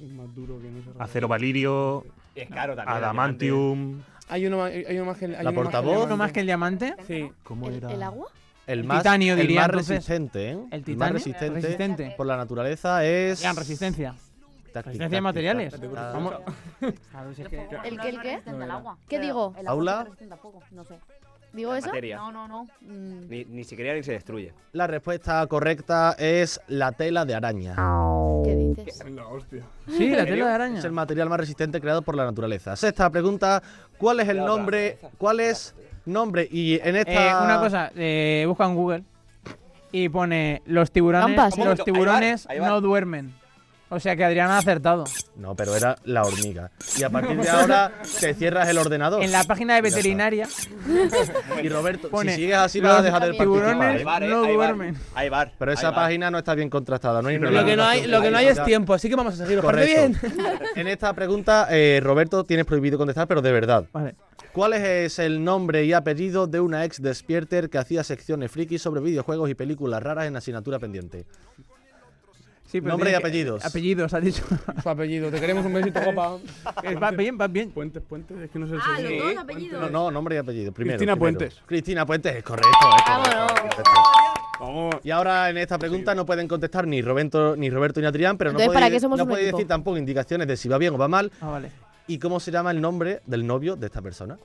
[SPEAKER 13] Es más duro que no se
[SPEAKER 5] Acero valirio.
[SPEAKER 7] Es caro
[SPEAKER 13] también,
[SPEAKER 5] Adamantium.
[SPEAKER 1] Hay uno, ma- hay uno más que el- hay
[SPEAKER 7] La
[SPEAKER 1] uno más que el
[SPEAKER 7] portavoz.
[SPEAKER 1] diamante.
[SPEAKER 6] ¿Uno más que el diamante?
[SPEAKER 1] Sí.
[SPEAKER 7] ¿Cómo era?
[SPEAKER 8] ¿El agua?
[SPEAKER 7] El,
[SPEAKER 6] El
[SPEAKER 7] más,
[SPEAKER 6] titanio,
[SPEAKER 7] el
[SPEAKER 6] diría,
[SPEAKER 7] más
[SPEAKER 6] entonces.
[SPEAKER 7] resistente, ¿eh?
[SPEAKER 6] ¿El
[SPEAKER 7] El más
[SPEAKER 6] titanio?
[SPEAKER 7] resistente,
[SPEAKER 6] Resistente.
[SPEAKER 7] por la naturaleza es.
[SPEAKER 6] Vean, resistencia.
[SPEAKER 7] Tac, tic,
[SPEAKER 6] Resistencia
[SPEAKER 7] tac,
[SPEAKER 6] de
[SPEAKER 7] tic,
[SPEAKER 6] materiales.
[SPEAKER 7] tac, tic, tac.
[SPEAKER 6] Vamos. A ver si es que-
[SPEAKER 8] ¿El qué? ¿El qué?
[SPEAKER 18] resistente al agua.
[SPEAKER 8] ¿Qué
[SPEAKER 18] Creo.
[SPEAKER 8] digo?
[SPEAKER 18] El agua
[SPEAKER 7] Paula.
[SPEAKER 18] sí que resistente al fuego, No sé.
[SPEAKER 8] ¿Digo
[SPEAKER 18] La
[SPEAKER 8] eso?
[SPEAKER 18] materia. No, no, no. Mm.
[SPEAKER 4] Ni, ni se crea ni se destruye.
[SPEAKER 7] La respuesta correcta es la tela de araña.
[SPEAKER 13] La hostia.
[SPEAKER 6] Sí, la tela de araña.
[SPEAKER 7] Es el material más resistente creado por la naturaleza. Sexta pregunta: ¿Cuál es el nombre? ¿Cuál es nombre? Y en esta.
[SPEAKER 6] Eh, una cosa, eh, busca en Google y pone los tiburones,
[SPEAKER 7] Trampas. Un
[SPEAKER 6] los
[SPEAKER 7] momento, ahí
[SPEAKER 6] tiburones
[SPEAKER 7] va, ahí va.
[SPEAKER 6] no duermen. O sea que Adrián ha acertado.
[SPEAKER 7] No, pero era la hormiga. Y a partir de ahora te cierras el ordenador.
[SPEAKER 6] En la página de
[SPEAKER 7] Ya está.
[SPEAKER 6] veterinaria
[SPEAKER 7] Y Roberto,
[SPEAKER 6] Pone,
[SPEAKER 7] si sigues así
[SPEAKER 6] los
[SPEAKER 7] vas a dejar de
[SPEAKER 6] tiburones
[SPEAKER 7] participar. ¿eh?
[SPEAKER 6] no Hay bar, eh, hay bar. duermen.
[SPEAKER 4] Hay bar.
[SPEAKER 7] Pero esa
[SPEAKER 4] hay bar.
[SPEAKER 7] página no está bien contrastada. No hay
[SPEAKER 1] Lo que no hay, lo que no hay es tiempo, así que vamos a seguir. Jorge, bien.
[SPEAKER 7] Correcto. En esta pregunta, eh, Roberto, tienes prohibido contestar, pero de verdad. ¿Cuál es el nombre y apellido de una ex despierter que hacía secciones friki sobre videojuegos y películas raras en asignatura pendiente?
[SPEAKER 6] Sí, pero
[SPEAKER 7] nombre y
[SPEAKER 6] tiene que-
[SPEAKER 7] apellidos.
[SPEAKER 6] Apellidos, ha dicho.
[SPEAKER 1] Su apellido, te queremos un besito, guapa.
[SPEAKER 6] Eh, Va bien, va bien.
[SPEAKER 13] Puentes, puentes, es que no sé el
[SPEAKER 1] Ah,
[SPEAKER 13] segundo.
[SPEAKER 1] los dos
[SPEAKER 13] Puentes.
[SPEAKER 7] No, no, nombre y apellido. Primero,
[SPEAKER 13] Cristina
[SPEAKER 7] primero.
[SPEAKER 13] Puentes.
[SPEAKER 7] Cristina Puentes, es correcto. es correcto, es correcto. Y ahora en esta pregunta no pueden contestar ni Roberto ni Roberto ni Adrián, pero
[SPEAKER 8] Entonces,
[SPEAKER 7] no
[SPEAKER 8] ¿para
[SPEAKER 7] podéis,
[SPEAKER 8] qué somos
[SPEAKER 7] no
[SPEAKER 8] un
[SPEAKER 7] podéis
[SPEAKER 8] equipo?
[SPEAKER 7] decir tampoco indicaciones de si va bien o va mal.
[SPEAKER 6] Ah, vale.
[SPEAKER 7] ¿Y cómo se llama el nombre del novio de esta persona?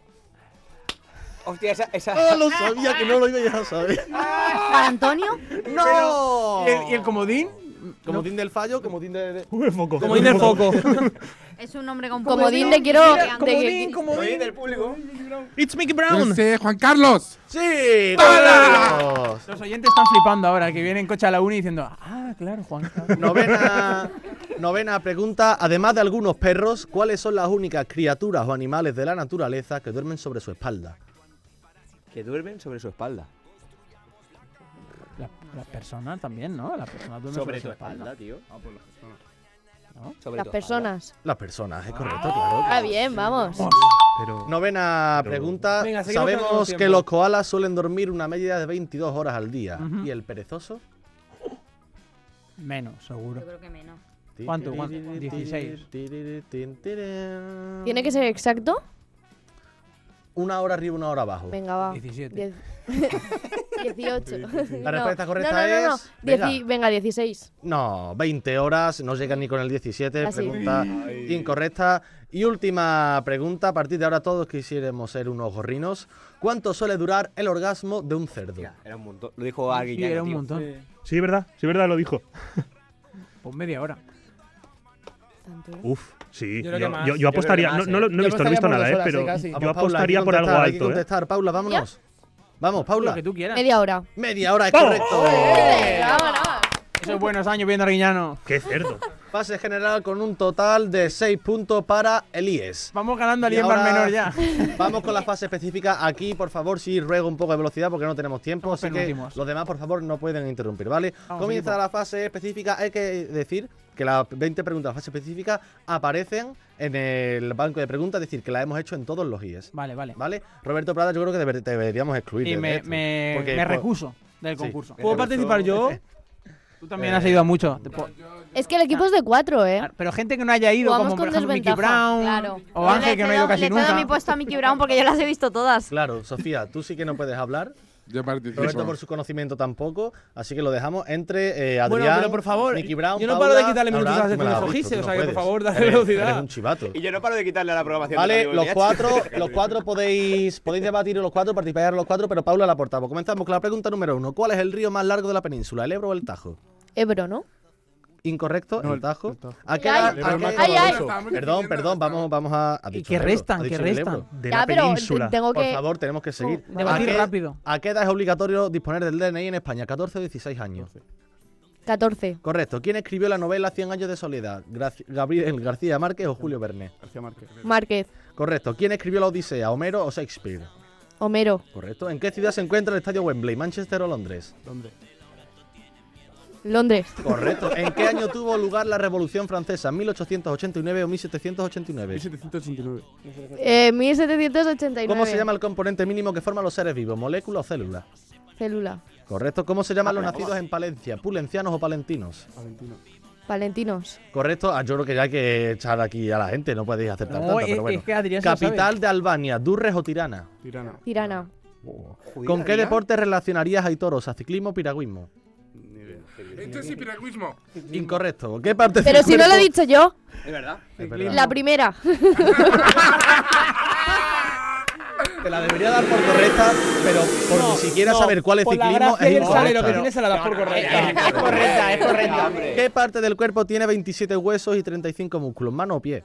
[SPEAKER 4] Hostia, esa. esa...
[SPEAKER 7] ¡Ah, lo sabía que no lo iba a saber!
[SPEAKER 10] ¿Para Antonio?
[SPEAKER 7] ¡No!
[SPEAKER 6] ¿Y el, y el comodín?
[SPEAKER 7] Comodín del fallo, comodín de. de...
[SPEAKER 1] Comodín del foco.
[SPEAKER 10] Es un nombre con
[SPEAKER 8] Comodín de quiero.
[SPEAKER 10] Mira,
[SPEAKER 8] de-
[SPEAKER 4] Comodín del público.
[SPEAKER 1] It's Mickey
[SPEAKER 14] Pues, eh, Juan Carlos.
[SPEAKER 7] ¡Sí!
[SPEAKER 6] Los oyentes están flipando ahora, que vienen en coche a la uni diciendo, ah, claro, Juan. Carlos".
[SPEAKER 7] Novena, novena pregunta. Además de algunos perros, ¿cuáles son las únicas criaturas o animales de la naturaleza que duermen sobre su espalda?
[SPEAKER 4] Que duermen sobre su espalda.
[SPEAKER 6] La- Las personas también, ¿no? Las personas duermen
[SPEAKER 4] Sobre
[SPEAKER 6] sobre, su
[SPEAKER 4] tu espalda, tío.
[SPEAKER 6] ¿no?
[SPEAKER 4] Sobre
[SPEAKER 8] Las
[SPEAKER 4] tu
[SPEAKER 8] personas.
[SPEAKER 7] Las personas, es correcto, claro.
[SPEAKER 8] Ah, bien, vamos.
[SPEAKER 7] Pero- Novena pregunta.
[SPEAKER 1] Venga, seguimos que no tenemos
[SPEAKER 7] Sabemos que
[SPEAKER 1] tiempo.
[SPEAKER 7] los koalas suelen dormir una media de 22 horas al día. ¿Y el perezoso?
[SPEAKER 6] Menos, seguro.
[SPEAKER 10] creo que menos.
[SPEAKER 6] ¿Cuánto, cuánto? 16.
[SPEAKER 8] ¿Tiene que ser exacto?
[SPEAKER 7] Una hora arriba, una hora abajo.
[SPEAKER 8] Venga, va.
[SPEAKER 6] 17.
[SPEAKER 8] Ah, Diez- 18.
[SPEAKER 7] La respuesta correcta
[SPEAKER 8] no, no, no, no.
[SPEAKER 7] es-
[SPEAKER 8] Dieci-
[SPEAKER 7] Venga.
[SPEAKER 8] Venga. 16.
[SPEAKER 7] No, 20 horas, no llegan ni con el 17,
[SPEAKER 8] Así.
[SPEAKER 7] pregunta
[SPEAKER 8] Ay.
[SPEAKER 7] incorrecta. Y última pregunta, a partir de ahora todos quisiéramos ser unos gorrinos. ¿Cuánto suele durar el orgasmo de un cerdo?
[SPEAKER 4] Era un montón. Lo dijo alguien ya. tío.
[SPEAKER 6] montón.
[SPEAKER 5] Sí, verdad, sí, verdad, lo dijo.
[SPEAKER 6] Pues media hora.
[SPEAKER 8] tanto.
[SPEAKER 5] Uf, sí.
[SPEAKER 8] Yo
[SPEAKER 5] Yo,
[SPEAKER 8] creo que más.
[SPEAKER 5] yo- yo
[SPEAKER 8] Yo creo
[SPEAKER 5] apostaría.
[SPEAKER 4] que más,
[SPEAKER 5] no, no
[SPEAKER 4] ¿eh?
[SPEAKER 5] lo- no
[SPEAKER 4] Yo
[SPEAKER 5] he visto, no he
[SPEAKER 4] apostaría
[SPEAKER 5] visto
[SPEAKER 4] por
[SPEAKER 5] nada,
[SPEAKER 4] dos
[SPEAKER 5] ¿eh?
[SPEAKER 4] horas,
[SPEAKER 5] Pero
[SPEAKER 4] sí, casi.
[SPEAKER 5] yo
[SPEAKER 4] Vamos, Paula, hay
[SPEAKER 5] apostaría
[SPEAKER 4] que
[SPEAKER 5] por algo
[SPEAKER 4] contestar, hay que
[SPEAKER 5] alto, ¿eh?
[SPEAKER 4] contestar. Paula, vámonos. Vamos, Paula. Lo que tú quieras.
[SPEAKER 8] Media hora.
[SPEAKER 4] Media hora, es
[SPEAKER 5] ¡Vamos!
[SPEAKER 4] correcto.
[SPEAKER 6] Esos buenos años viendo a Arguiñano.
[SPEAKER 5] Qué cerdo.
[SPEAKER 7] Pase general con un total de 6 puntos para Elías.
[SPEAKER 6] Vamos ganando al
[SPEAKER 7] Y
[SPEAKER 6] Ian Bar
[SPEAKER 7] ahora
[SPEAKER 6] menor ya.
[SPEAKER 7] Vamos con la fase específica. Aquí, por favor, sí ruego un poco de velocidad porque no tenemos tiempo. así que
[SPEAKER 6] penúltimos.
[SPEAKER 7] los demás, por favor, no pueden interrumpir, ¿vale?
[SPEAKER 6] Vamos,
[SPEAKER 7] Comienza
[SPEAKER 6] equipo.
[SPEAKER 7] la fase específica. Hay que decir que las 20 preguntas de la fase específica aparecen en el banco de preguntas, es decir, que las hemos hecho en todos los IES.
[SPEAKER 6] Vale, vale.
[SPEAKER 7] ¿Vale? Roberto Prada, yo creo que deber- te deberíamos excluir.
[SPEAKER 6] Y
[SPEAKER 7] de
[SPEAKER 6] me,
[SPEAKER 7] esto,
[SPEAKER 6] me,
[SPEAKER 7] porque,
[SPEAKER 6] me
[SPEAKER 7] pues,
[SPEAKER 6] recuso del
[SPEAKER 7] sí,
[SPEAKER 6] concurso.
[SPEAKER 7] me ¿Puedo recuso. participar yo?
[SPEAKER 6] Tú también has ido a mucho. Te po-
[SPEAKER 8] Es que el equipo es de cuatro, ¿eh?
[SPEAKER 6] Pero gente que no haya ido,
[SPEAKER 8] Jugamos
[SPEAKER 6] como por
[SPEAKER 8] con
[SPEAKER 6] ejemplo Mickey
[SPEAKER 8] desventaja,
[SPEAKER 6] Brown
[SPEAKER 8] claro.
[SPEAKER 6] o Ángel, que no ha ido casi
[SPEAKER 18] Le cedo mi
[SPEAKER 6] nunca.
[SPEAKER 18] puesto a Mickey Brown porque yo las he visto todas.
[SPEAKER 7] Claro, Sofía, tú sí que no puedes hablar.
[SPEAKER 14] Yo participo.
[SPEAKER 7] Roberto por su conocimiento tampoco, así que lo dejamos entre eh, Adrián,
[SPEAKER 1] Bueno, pero por favor,
[SPEAKER 7] Mickey Brown,
[SPEAKER 1] yo no
[SPEAKER 7] Paula,
[SPEAKER 1] paro de quitarle minutos
[SPEAKER 7] Abraham,
[SPEAKER 1] a
[SPEAKER 7] tú me la has
[SPEAKER 1] Cecilia
[SPEAKER 7] visto,
[SPEAKER 1] Gise,
[SPEAKER 7] tú
[SPEAKER 1] o sea,
[SPEAKER 7] no
[SPEAKER 1] que por
[SPEAKER 7] puedes.
[SPEAKER 1] favor, dale
[SPEAKER 7] Eres-
[SPEAKER 1] velocidad.
[SPEAKER 7] Eres un chivato.
[SPEAKER 2] Y yo no paro de quitarle a la programación. de
[SPEAKER 7] Vale,
[SPEAKER 2] Radio
[SPEAKER 7] los
[SPEAKER 2] Boniachi.
[SPEAKER 7] cuatro, los cuatro podéis, podéis debatir los cuatro, participar los cuatro, pero Paula la portavoz. Comenzamos con la pregunta número uno. ¿Cuál es el río más largo de la península, el Ebro o el Tajo?
[SPEAKER 8] Ebro, ¿no?
[SPEAKER 7] Incorrecto, el Tajo. ¿A qué
[SPEAKER 8] El Ay,
[SPEAKER 7] edad- a
[SPEAKER 8] Ebro
[SPEAKER 7] qué-
[SPEAKER 8] más Ay, ay. caudaloso.
[SPEAKER 7] Perdón, perdón, vamos, vamos a. ha dicho
[SPEAKER 6] qué
[SPEAKER 7] el Ebro,
[SPEAKER 6] restan?
[SPEAKER 7] ha
[SPEAKER 6] ¿Qué
[SPEAKER 7] dicho el
[SPEAKER 6] restan?
[SPEAKER 7] Ebro.
[SPEAKER 8] De Ya, la pero península. te- tengo
[SPEAKER 7] Por
[SPEAKER 8] que-
[SPEAKER 7] favor, tenemos que seguir. Ah,
[SPEAKER 8] Oh, debatir
[SPEAKER 7] ¿A qué-
[SPEAKER 8] rápido.
[SPEAKER 7] ¿A qué edad es obligatorio disponer del DNI en España? ¿14 o 16 años?
[SPEAKER 8] 14.
[SPEAKER 7] Correcto. ¿Quién escribió la novela Cien años de soledad? Graci- ¿Gabriel García Márquez o Julio Bernet? García Márquez.
[SPEAKER 8] Márquez.
[SPEAKER 7] Correcto. ¿Quién escribió la Odisea? ¿Homero o Shakespeare?
[SPEAKER 8] Homero.
[SPEAKER 7] Correcto. ¿En qué ciudad se encuentra el estadio Wembley? ¿Manchester o Londres? Londres.
[SPEAKER 8] Londres.
[SPEAKER 7] Correcto. ¿En qué año tuvo lugar la Revolución Francesa? ¿1889 o 1789? 1789.
[SPEAKER 8] Eh, 1789.
[SPEAKER 7] ¿Cómo se llama el componente mínimo que forman los seres vivos? ¿Molécula o célula?
[SPEAKER 8] Célula.
[SPEAKER 7] Correcto. ¿Cómo se llaman los
[SPEAKER 8] Vamos.
[SPEAKER 7] nacidos en Palencia? ¿Pulencianos o palentinos?
[SPEAKER 8] Palentinos.
[SPEAKER 7] Correcto, Ah, yo creo que ya hay que echar aquí a la gente, no podéis acertar
[SPEAKER 6] No,
[SPEAKER 7] tanto,
[SPEAKER 6] es-
[SPEAKER 7] pero bueno.
[SPEAKER 6] es que Adrián se lo
[SPEAKER 7] Capital
[SPEAKER 6] sabe.
[SPEAKER 7] de Albania, Durres o Tirana.
[SPEAKER 13] Tirana.
[SPEAKER 8] Tirana.
[SPEAKER 7] ¿Con qué deporte relacionarías a Itoros? ¿A ciclismo o piragüismo?
[SPEAKER 14] Esto sí, piragüismo.
[SPEAKER 7] Incorrecto. ¿Qué parte
[SPEAKER 8] Pero
[SPEAKER 7] del
[SPEAKER 8] si no lo he
[SPEAKER 7] cuerpo-
[SPEAKER 8] dicho yo.
[SPEAKER 7] Es verdad.
[SPEAKER 8] La primera.
[SPEAKER 7] Te la debería dar por correcta, pero por ni siquiera saber cuál es
[SPEAKER 1] por la
[SPEAKER 7] ciclismo
[SPEAKER 1] gracia
[SPEAKER 7] es
[SPEAKER 1] y el
[SPEAKER 7] incorrecta.
[SPEAKER 1] salero que tienes se la das por correcta.
[SPEAKER 7] Es correcta,
[SPEAKER 1] es correcta.
[SPEAKER 7] ¿Qué parte del cuerpo tiene 27 huesos y 35 músculos? ¿Mano o pie?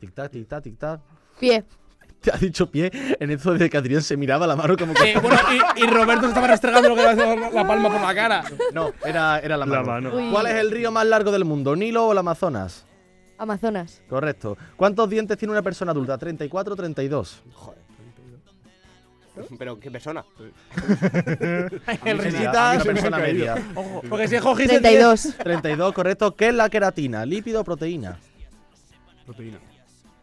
[SPEAKER 7] Tic tac, tic tac, tic tac.
[SPEAKER 8] Pie.
[SPEAKER 7] Te ha dicho pie en eso de que Adrián se miraba la mano como que.
[SPEAKER 1] Eh, bueno, y, y Roberto se estaba restregando lo que le hacía la- la palma por la cara.
[SPEAKER 7] No, era, era la mano.
[SPEAKER 5] mano.
[SPEAKER 8] Uy.
[SPEAKER 7] ¿Cuál es el río más largo del mundo, Nilo o el Amazonas?
[SPEAKER 8] Amazonas.
[SPEAKER 7] Correcto. ¿Cuántos dientes tiene una persona adulta? ¿34 o 32?
[SPEAKER 2] Pero qué persona.
[SPEAKER 7] El
[SPEAKER 2] risita-
[SPEAKER 7] Una persona
[SPEAKER 2] me ha caído.
[SPEAKER 7] media.
[SPEAKER 2] Ojo,
[SPEAKER 1] porque si es Jorge,
[SPEAKER 8] 32.
[SPEAKER 7] 32, correcto. ¿Qué es la queratina? ¿Lípido o proteína?
[SPEAKER 13] Proteína.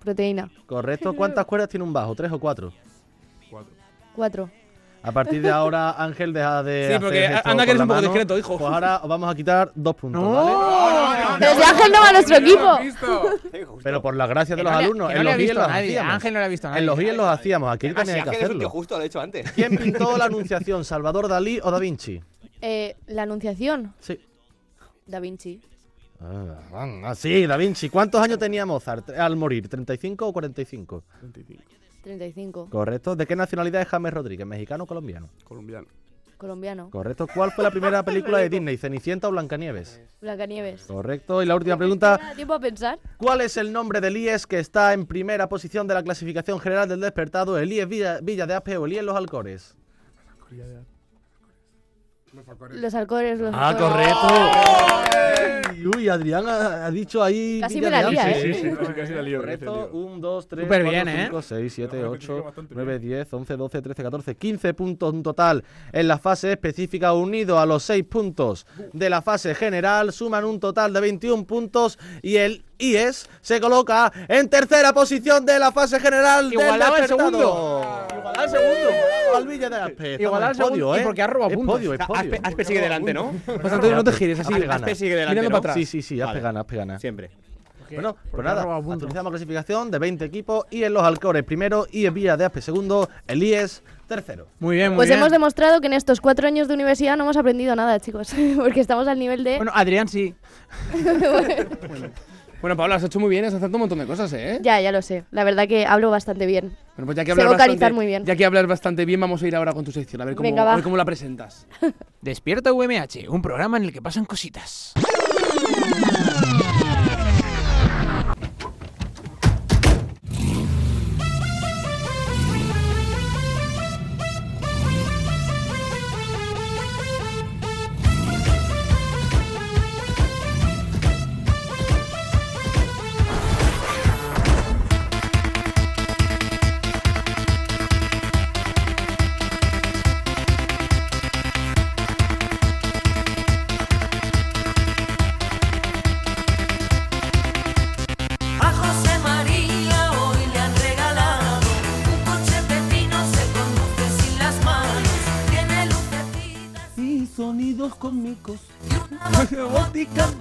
[SPEAKER 8] Proteína.
[SPEAKER 7] Correcto. ¿Cuántas cuerdas tiene un bajo? ¿Tres o cuatro?
[SPEAKER 8] Cuatro.
[SPEAKER 7] A partir de ahora, Ángel deja de.
[SPEAKER 1] Sí,
[SPEAKER 7] hacer
[SPEAKER 1] porque
[SPEAKER 7] gestos
[SPEAKER 1] anda que
[SPEAKER 7] con
[SPEAKER 1] eres
[SPEAKER 7] la
[SPEAKER 1] un poco
[SPEAKER 7] mano.
[SPEAKER 1] discreto, hijo.
[SPEAKER 7] Pues ahora os vamos a quitar dos puntos, ¿vale?
[SPEAKER 8] Pero si Ángel no va a nuestro equipo.
[SPEAKER 7] Pero por la gracia de
[SPEAKER 6] Que
[SPEAKER 7] los
[SPEAKER 6] no le-
[SPEAKER 7] alumnos.
[SPEAKER 6] que no
[SPEAKER 7] en
[SPEAKER 6] le ha
[SPEAKER 7] los IES
[SPEAKER 6] visto
[SPEAKER 7] los
[SPEAKER 6] nadie,
[SPEAKER 7] hacíamos.
[SPEAKER 6] Ángel no le ha visto a
[SPEAKER 7] En
[SPEAKER 6] nadie.
[SPEAKER 7] los IES los hacíamos. Aquí
[SPEAKER 2] Además, si
[SPEAKER 7] también hay que
[SPEAKER 2] Ángel es un tío
[SPEAKER 7] hacerlo.
[SPEAKER 2] justo, lo he hecho antes.
[SPEAKER 7] ¿Quién pintó la Anunciación? ¿Salvador Dalí o Da Vinci?
[SPEAKER 8] Eh, la Anunciación.
[SPEAKER 7] Sí.
[SPEAKER 8] Da Vinci.
[SPEAKER 7] Ah, ah, sí, Da Vinci. ¿Cuántos años tenía Mozart tre- al morir? ¿35 o 45?
[SPEAKER 8] 35.
[SPEAKER 7] Correcto. ¿De qué nacionalidad es James Rodríguez? ¿Mexicano o colombiano? Colombiano.
[SPEAKER 8] Colombiano.
[SPEAKER 7] Correcto. ¿Cuál fue la primera película de Disney? ¿Cenicienta o Blancanieves?
[SPEAKER 8] Blancanieves.
[SPEAKER 7] Correcto. Y la última pregunta.
[SPEAKER 8] ¿Da tiempo a pensar?
[SPEAKER 7] ¿Cuál es el nombre del IES que está en primera posición de la clasificación general del despertado? ¿El IES Villa, Villa de Aspe o el IES Los Alcores?
[SPEAKER 8] Los alcores. Los
[SPEAKER 7] Ah,
[SPEAKER 8] Alcores.
[SPEAKER 7] correcto. Uy, Uy, Adrián ha, ha dicho ahí.
[SPEAKER 8] Casi
[SPEAKER 7] Villa
[SPEAKER 8] me la
[SPEAKER 7] de
[SPEAKER 8] lía,
[SPEAKER 7] Aspe.
[SPEAKER 8] ¿eh? Sí, sí, sí,
[SPEAKER 13] casi la lío, casi la
[SPEAKER 7] Correcto.
[SPEAKER 13] lío.
[SPEAKER 7] 1, 2, 3,
[SPEAKER 6] Súper
[SPEAKER 7] 4,
[SPEAKER 6] bien, ¿eh?
[SPEAKER 7] 5, 6, 7, 8, 9, 10, 11, 12, 13, 14, 15 puntos en total en la fase específica, unido a los 6 puntos de la fase general, suman un total de 21 puntos y el IES se coloca en tercera posición de la fase general del
[SPEAKER 6] Igualaba el
[SPEAKER 7] despertado.
[SPEAKER 6] segundo.
[SPEAKER 7] Igualaba el segundo. Al Villa de Aspe. Estamos
[SPEAKER 6] Igualaba
[SPEAKER 7] en
[SPEAKER 6] el segundo.
[SPEAKER 7] podio,
[SPEAKER 6] Y
[SPEAKER 7] ¿eh?
[SPEAKER 6] porque ha robado
[SPEAKER 7] Es
[SPEAKER 6] puntos.
[SPEAKER 7] podio, es
[SPEAKER 6] O sea,
[SPEAKER 7] podio.
[SPEAKER 6] Aspe- Aspe sigue delante, ¿no?
[SPEAKER 7] Aspe
[SPEAKER 6] Pues entonces no te gires, así.
[SPEAKER 7] Aspe gana.
[SPEAKER 6] Aspe sigue delante,
[SPEAKER 7] Míralo
[SPEAKER 6] ¿no?
[SPEAKER 7] para atrás. Sí, sí, sí, Aspe
[SPEAKER 6] Vale.
[SPEAKER 7] gana, Aspe gana. Siempre. Bueno, pues
[SPEAKER 6] Porque ha
[SPEAKER 7] nada,
[SPEAKER 6] robado puntos.
[SPEAKER 7] actualizamos clasificación de 20 equipos y en los Alcores primero y en Villa de Aspe segundo, el IES tercero.
[SPEAKER 6] Muy bien, muy
[SPEAKER 8] Pues
[SPEAKER 6] bien.
[SPEAKER 8] hemos demostrado que en estos cuatro años de universidad no hemos aprendido nada, chicos. Porque estamos al nivel de.
[SPEAKER 6] Bueno, Adrián sí.
[SPEAKER 1] Bueno, Paula, has hecho muy bien, has acertado un montón de cosas, ¿eh?
[SPEAKER 8] Ya, ya lo sé. La verdad que hablo bastante bien.
[SPEAKER 1] Bueno, pues ya que
[SPEAKER 8] Sé
[SPEAKER 1] hablas
[SPEAKER 8] vocalizar
[SPEAKER 1] bastante,
[SPEAKER 8] muy bien.
[SPEAKER 1] Ya que hablas bastante bien, vamos a ir ahora con tu sección, a ver cómo,
[SPEAKER 8] Venga, va.
[SPEAKER 1] a ver cómo la presentas.
[SPEAKER 6] Despierta UMH, un programa en el que pasan cositas.
[SPEAKER 15] A José María hoy le han regalado un coche pepino, se conduce sin las manos, tiene
[SPEAKER 9] Y sonidos cósmicos.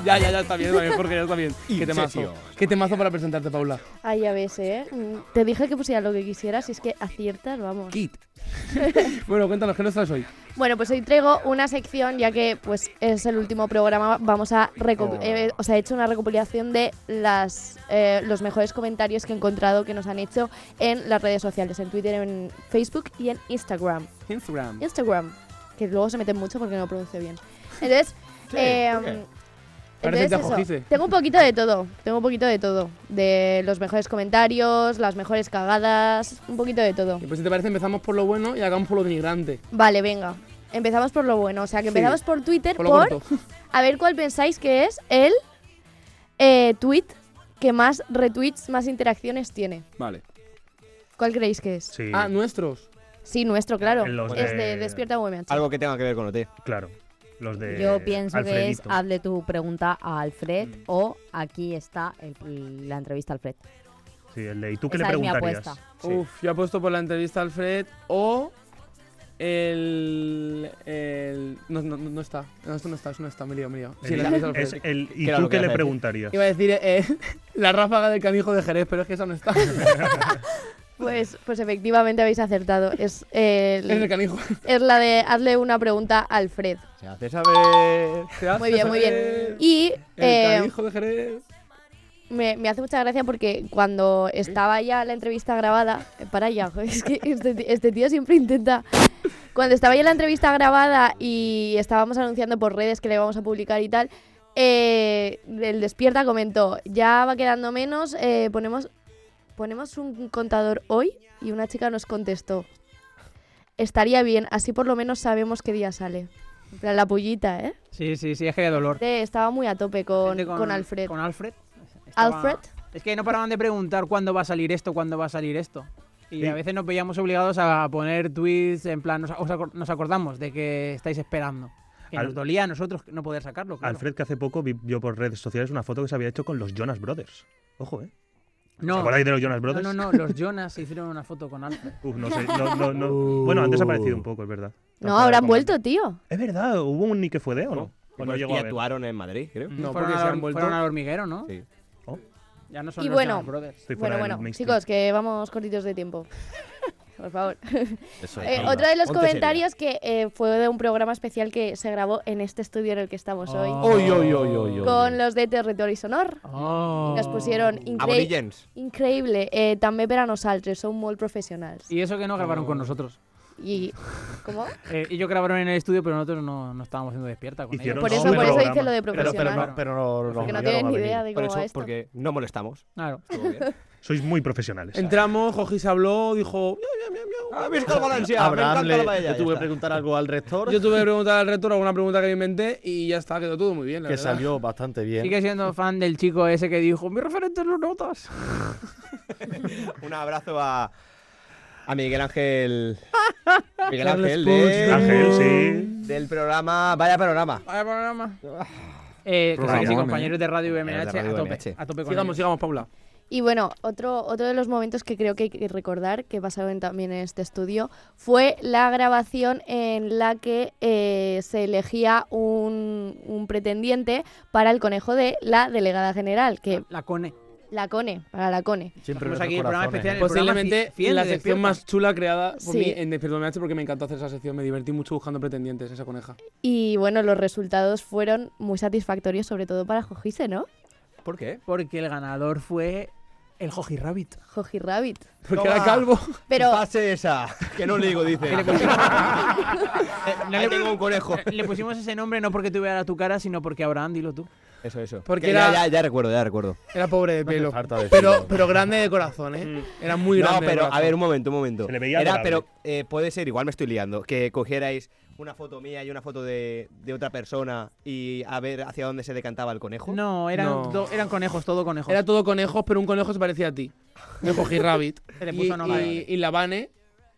[SPEAKER 1] Ya, ya, ya está bien, está bien, Jorge, ya está bien. Qué temazo.
[SPEAKER 4] Incendio.
[SPEAKER 1] Qué temazo para presentarte, Paula.
[SPEAKER 8] Ay, ya ves, ¿eh? Mm, Te dije que pusiera lo que quisieras y es que aciertas, vamos.
[SPEAKER 1] Kit. bueno, cuéntanos, ¿qué nos traes hoy?
[SPEAKER 8] Bueno, pues hoy traigo una sección, ya que pues es el último programa, vamos a reco-
[SPEAKER 1] Oh.
[SPEAKER 8] eh, os he hecho una recopilación de las eh, los mejores comentarios que he encontrado que nos han hecho en las redes sociales, en Twitter, en Facebook y en Instagram.
[SPEAKER 1] Instagram.
[SPEAKER 8] Instagram, que luego se meten mucho porque no lo pronuncio bien. Entonces,
[SPEAKER 1] Sí,
[SPEAKER 8] eh,
[SPEAKER 1] ¿por qué? Parece
[SPEAKER 8] entonces
[SPEAKER 1] que
[SPEAKER 8] eso,
[SPEAKER 1] acogice.
[SPEAKER 8] tengo un poquito de todo, tengo un poquito de todo, de los mejores comentarios, las mejores cagadas, un poquito de todo.
[SPEAKER 1] Y pues si te parece, empezamos por lo bueno y hagamos por lo denigrante.
[SPEAKER 8] Vale, venga. Empezamos por lo bueno. O sea, que
[SPEAKER 1] Sí.
[SPEAKER 8] empezamos por Twitter
[SPEAKER 1] Por
[SPEAKER 8] por,
[SPEAKER 1] lo corto.
[SPEAKER 8] a ver cuál pensáis que es el eh, tweet que más retweets, más interacciones tiene.
[SPEAKER 19] Vale.
[SPEAKER 8] ¿Cuál creéis que es?
[SPEAKER 4] Sí.
[SPEAKER 1] Ah, nuestros.
[SPEAKER 8] Sí, nuestro, claro.
[SPEAKER 4] En los
[SPEAKER 8] Es
[SPEAKER 4] de-
[SPEAKER 8] de Despierta UMH.
[SPEAKER 4] Algo que tenga que ver con OT.
[SPEAKER 5] Claro. Los de
[SPEAKER 6] Eh,
[SPEAKER 10] Yo pienso que
[SPEAKER 4] Alfredito.
[SPEAKER 10] es hazle tu pregunta a Alfred
[SPEAKER 6] Mm.
[SPEAKER 10] o aquí está el- la entrevista a Alfred.
[SPEAKER 5] Sí, el de ¿y tú qué
[SPEAKER 10] Esa
[SPEAKER 5] le
[SPEAKER 10] es mi
[SPEAKER 5] preguntarías?
[SPEAKER 10] apuesta.
[SPEAKER 5] Sí.
[SPEAKER 1] Uf, yo apuesto por la entrevista a Alfred o el. el no, no, no está. No, esto no está, eso no está, me he liado, me he liado. Sí,
[SPEAKER 5] El-
[SPEAKER 1] la entrevista a Alfred.
[SPEAKER 5] es el, ¿Y tú qué le preguntarías?
[SPEAKER 1] Iba a decir eh, la ráfaga del canijo de Jerez, pero es que esa no está.
[SPEAKER 8] Pues, pues efectivamente habéis acertado. Es el,
[SPEAKER 1] Es el canijo.
[SPEAKER 8] Es la de hazle una pregunta a Alfred.
[SPEAKER 4] Se hace saber.
[SPEAKER 8] Muy bien, muy bien. Y
[SPEAKER 4] El
[SPEAKER 8] eh,
[SPEAKER 4] canijo
[SPEAKER 1] de Jerez.
[SPEAKER 8] me, me hace mucha gracia porque cuando estaba ya la entrevista grabada, eh, para ya, jo, es que este, ti- este tío siempre intenta. Cuando estaba ya la entrevista grabada y estábamos anunciando por redes que la íbamos a publicar y tal, eh, el despierta comentó, ya va quedando menos, eh, ponemos, ponemos un contador hoy y una chica nos contestó, estaría bien, así por lo menos sabemos qué día sale. En plan, La pullita, ¿eh?
[SPEAKER 6] Sí, sí, sí, es que de dolor.
[SPEAKER 8] Gente Estaba muy a tope con,
[SPEAKER 6] Gente con-
[SPEAKER 8] con Alfred.
[SPEAKER 6] Con Alfred. Estaba-
[SPEAKER 8] Alfred.
[SPEAKER 6] Es que no paraban de preguntar cuándo va a salir esto, cuándo va a salir esto. Y
[SPEAKER 8] Sí.
[SPEAKER 6] a veces nos veíamos obligados a poner tweets en plan, nos, os acor- nos acordamos de que estáis esperando. Que
[SPEAKER 5] Al-
[SPEAKER 6] nos dolía a nosotros no poder sacarlo. claro.
[SPEAKER 5] Alfred, que hace poco vi- vio por redes sociales una foto que se había hecho con los Jonas Brothers. Ojo, ¿eh?
[SPEAKER 6] No.
[SPEAKER 5] ¿Os acordáis de los Jonas Brothers?
[SPEAKER 6] No, no, no, los Jonas se hicieron una foto con Alfred.
[SPEAKER 5] Uf, no sé, no, no, no. Bueno, han desaparecido un poco, es verdad.
[SPEAKER 8] No, habrán vuelto, tío.
[SPEAKER 5] Es verdad, hubo un ni que fue de o no. O no
[SPEAKER 4] Pues-
[SPEAKER 5] llegó a
[SPEAKER 4] y
[SPEAKER 5] ver.
[SPEAKER 4] actuaron en Madrid, creo.
[SPEAKER 6] No, Fueron porque a se la- han vuelto- fueron al hormiguero, ¿no?
[SPEAKER 4] Sí. ¿Oh?
[SPEAKER 6] Ya no son
[SPEAKER 8] Y
[SPEAKER 6] los
[SPEAKER 8] bueno,
[SPEAKER 6] Jonas Brothers.
[SPEAKER 8] bueno, bueno, chicos, que vamos cortitos de tiempo. Por favor.
[SPEAKER 6] Eso
[SPEAKER 8] Eh,
[SPEAKER 6] es, venga.
[SPEAKER 8] otro de los
[SPEAKER 6] Ponte
[SPEAKER 8] comentarios que eh, fue de un programa especial que se grabó en este estudio en el que estamos hoy.
[SPEAKER 4] Ah. Oy, oy, oy, oy, Ah. oy.
[SPEAKER 8] Con los de Territory Sonor.
[SPEAKER 4] Oh.
[SPEAKER 8] Nos pusieron incre-
[SPEAKER 4] Aborígens.
[SPEAKER 8] increíble. Eh, també per a nosaltres, som molt professionals.
[SPEAKER 6] Y eso que no grabaron con nosotros.
[SPEAKER 8] Y, ¿Cómo?
[SPEAKER 6] Eh, ellos grabaron en el estudio, pero nosotros no, no estábamos haciendo despierta con
[SPEAKER 4] Hicieron
[SPEAKER 6] ellos.
[SPEAKER 4] Por eso- un por eso programa. hice
[SPEAKER 8] lo de
[SPEAKER 4] Pero, pero,
[SPEAKER 8] profesional.
[SPEAKER 4] no, pero no,
[SPEAKER 8] Porque
[SPEAKER 4] no,
[SPEAKER 8] no
[SPEAKER 4] obligaron
[SPEAKER 8] tienen
[SPEAKER 4] a
[SPEAKER 8] ni
[SPEAKER 4] venir.
[SPEAKER 8] idea de
[SPEAKER 4] Por
[SPEAKER 8] cómo
[SPEAKER 4] eso,
[SPEAKER 8] va esto.
[SPEAKER 4] Porque no molestamos.
[SPEAKER 6] Claro.
[SPEAKER 5] Sois muy profesionales.
[SPEAKER 1] Entramos, Joji se habló, dijo. "Miau, miau, miau, miau".
[SPEAKER 4] Abraham le-
[SPEAKER 1] paella,
[SPEAKER 4] le
[SPEAKER 1] ya
[SPEAKER 4] tuve que
[SPEAKER 1] está.
[SPEAKER 4] preguntar algo al rector.
[SPEAKER 1] Yo tuve que preguntar al rector alguna pregunta que me inventé y ya está, quedó todo muy bien. La
[SPEAKER 4] Que
[SPEAKER 1] verdad.
[SPEAKER 4] salió bastante bien.
[SPEAKER 6] Sigue siendo fan del chico ese que dijo, mi referente es los notas.
[SPEAKER 4] Un abrazo a, a Miguel Ángel. Miguel
[SPEAKER 6] Carlos
[SPEAKER 4] Ángel, de-
[SPEAKER 5] Ángel, sí.
[SPEAKER 4] del programa. Vaya programa.
[SPEAKER 6] Vaya programa. Eh, que
[SPEAKER 4] Programa,
[SPEAKER 6] sí, sí,
[SPEAKER 4] ¿eh?
[SPEAKER 6] compañeros de Radio
[SPEAKER 4] Compañeros de
[SPEAKER 6] BMH, a
[SPEAKER 4] Radio
[SPEAKER 6] tope,
[SPEAKER 4] VMH.
[SPEAKER 6] a tope con
[SPEAKER 1] Sigamos,
[SPEAKER 6] ellos.
[SPEAKER 1] sigamos, Paula.
[SPEAKER 8] Y bueno, otro, otro de los momentos que creo que hay que recordar, que pasaron también en este estudio, fue la grabación en la que eh, se elegía un, un pretendiente para el conejo de la delegada general, que
[SPEAKER 6] La Cone.
[SPEAKER 8] la Cone, para la Cone.
[SPEAKER 6] Siempre Hacemos aquí el programa especial, el
[SPEAKER 1] Posiblemente
[SPEAKER 6] programa fi- fiel
[SPEAKER 1] la
[SPEAKER 6] de
[SPEAKER 1] sección
[SPEAKER 6] Despierta.
[SPEAKER 1] más chula creada por
[SPEAKER 8] Sí.
[SPEAKER 1] mí en Despierta MH porque me encantó hacer esa sección. Me divertí mucho buscando pretendientes, esa coneja.
[SPEAKER 8] Y bueno, los resultados fueron muy satisfactorios, sobre todo para Jojise, ¿no?
[SPEAKER 4] ¿Por qué?
[SPEAKER 6] ¿eh? Porque el ganador fue el Joji Rabbit.
[SPEAKER 8] Joji Rabbit.
[SPEAKER 4] Toma,
[SPEAKER 8] Pero,
[SPEAKER 4] Pase esa. Que no ligo, dice.
[SPEAKER 6] No
[SPEAKER 4] Ahí tengo un conejo.
[SPEAKER 6] Le pusimos ese nombre no porque tuviera tu cara, sino porque Abraham, dilo tú.
[SPEAKER 4] Eso, eso.
[SPEAKER 1] Porque
[SPEAKER 4] Que
[SPEAKER 1] era-
[SPEAKER 4] ya, ya, ya recuerdo, ya recuerdo.
[SPEAKER 1] Era pobre de
[SPEAKER 4] No hace
[SPEAKER 1] pelo.
[SPEAKER 4] falta decirlo.
[SPEAKER 1] pero, pero grande de corazón, ¿eh? Era muy grande.
[SPEAKER 4] No,
[SPEAKER 1] de
[SPEAKER 4] pero a
[SPEAKER 1] corazón.
[SPEAKER 4] ver, un momento, un momento.
[SPEAKER 1] Se le veía
[SPEAKER 4] Era,
[SPEAKER 1] adorable.
[SPEAKER 4] pero eh, puede ser, igual me estoy liando, que cogierais una foto mía y una foto de, de otra persona y a ver hacia dónde se decantaba el conejo.
[SPEAKER 6] No, eran, do- eran conejos, todo conejos.
[SPEAKER 1] Era todo conejos, pero un conejo se parecía a ti. De Joji Rabbit.
[SPEAKER 6] Le
[SPEAKER 1] y,
[SPEAKER 6] puso nombre.
[SPEAKER 1] y- y la Vane.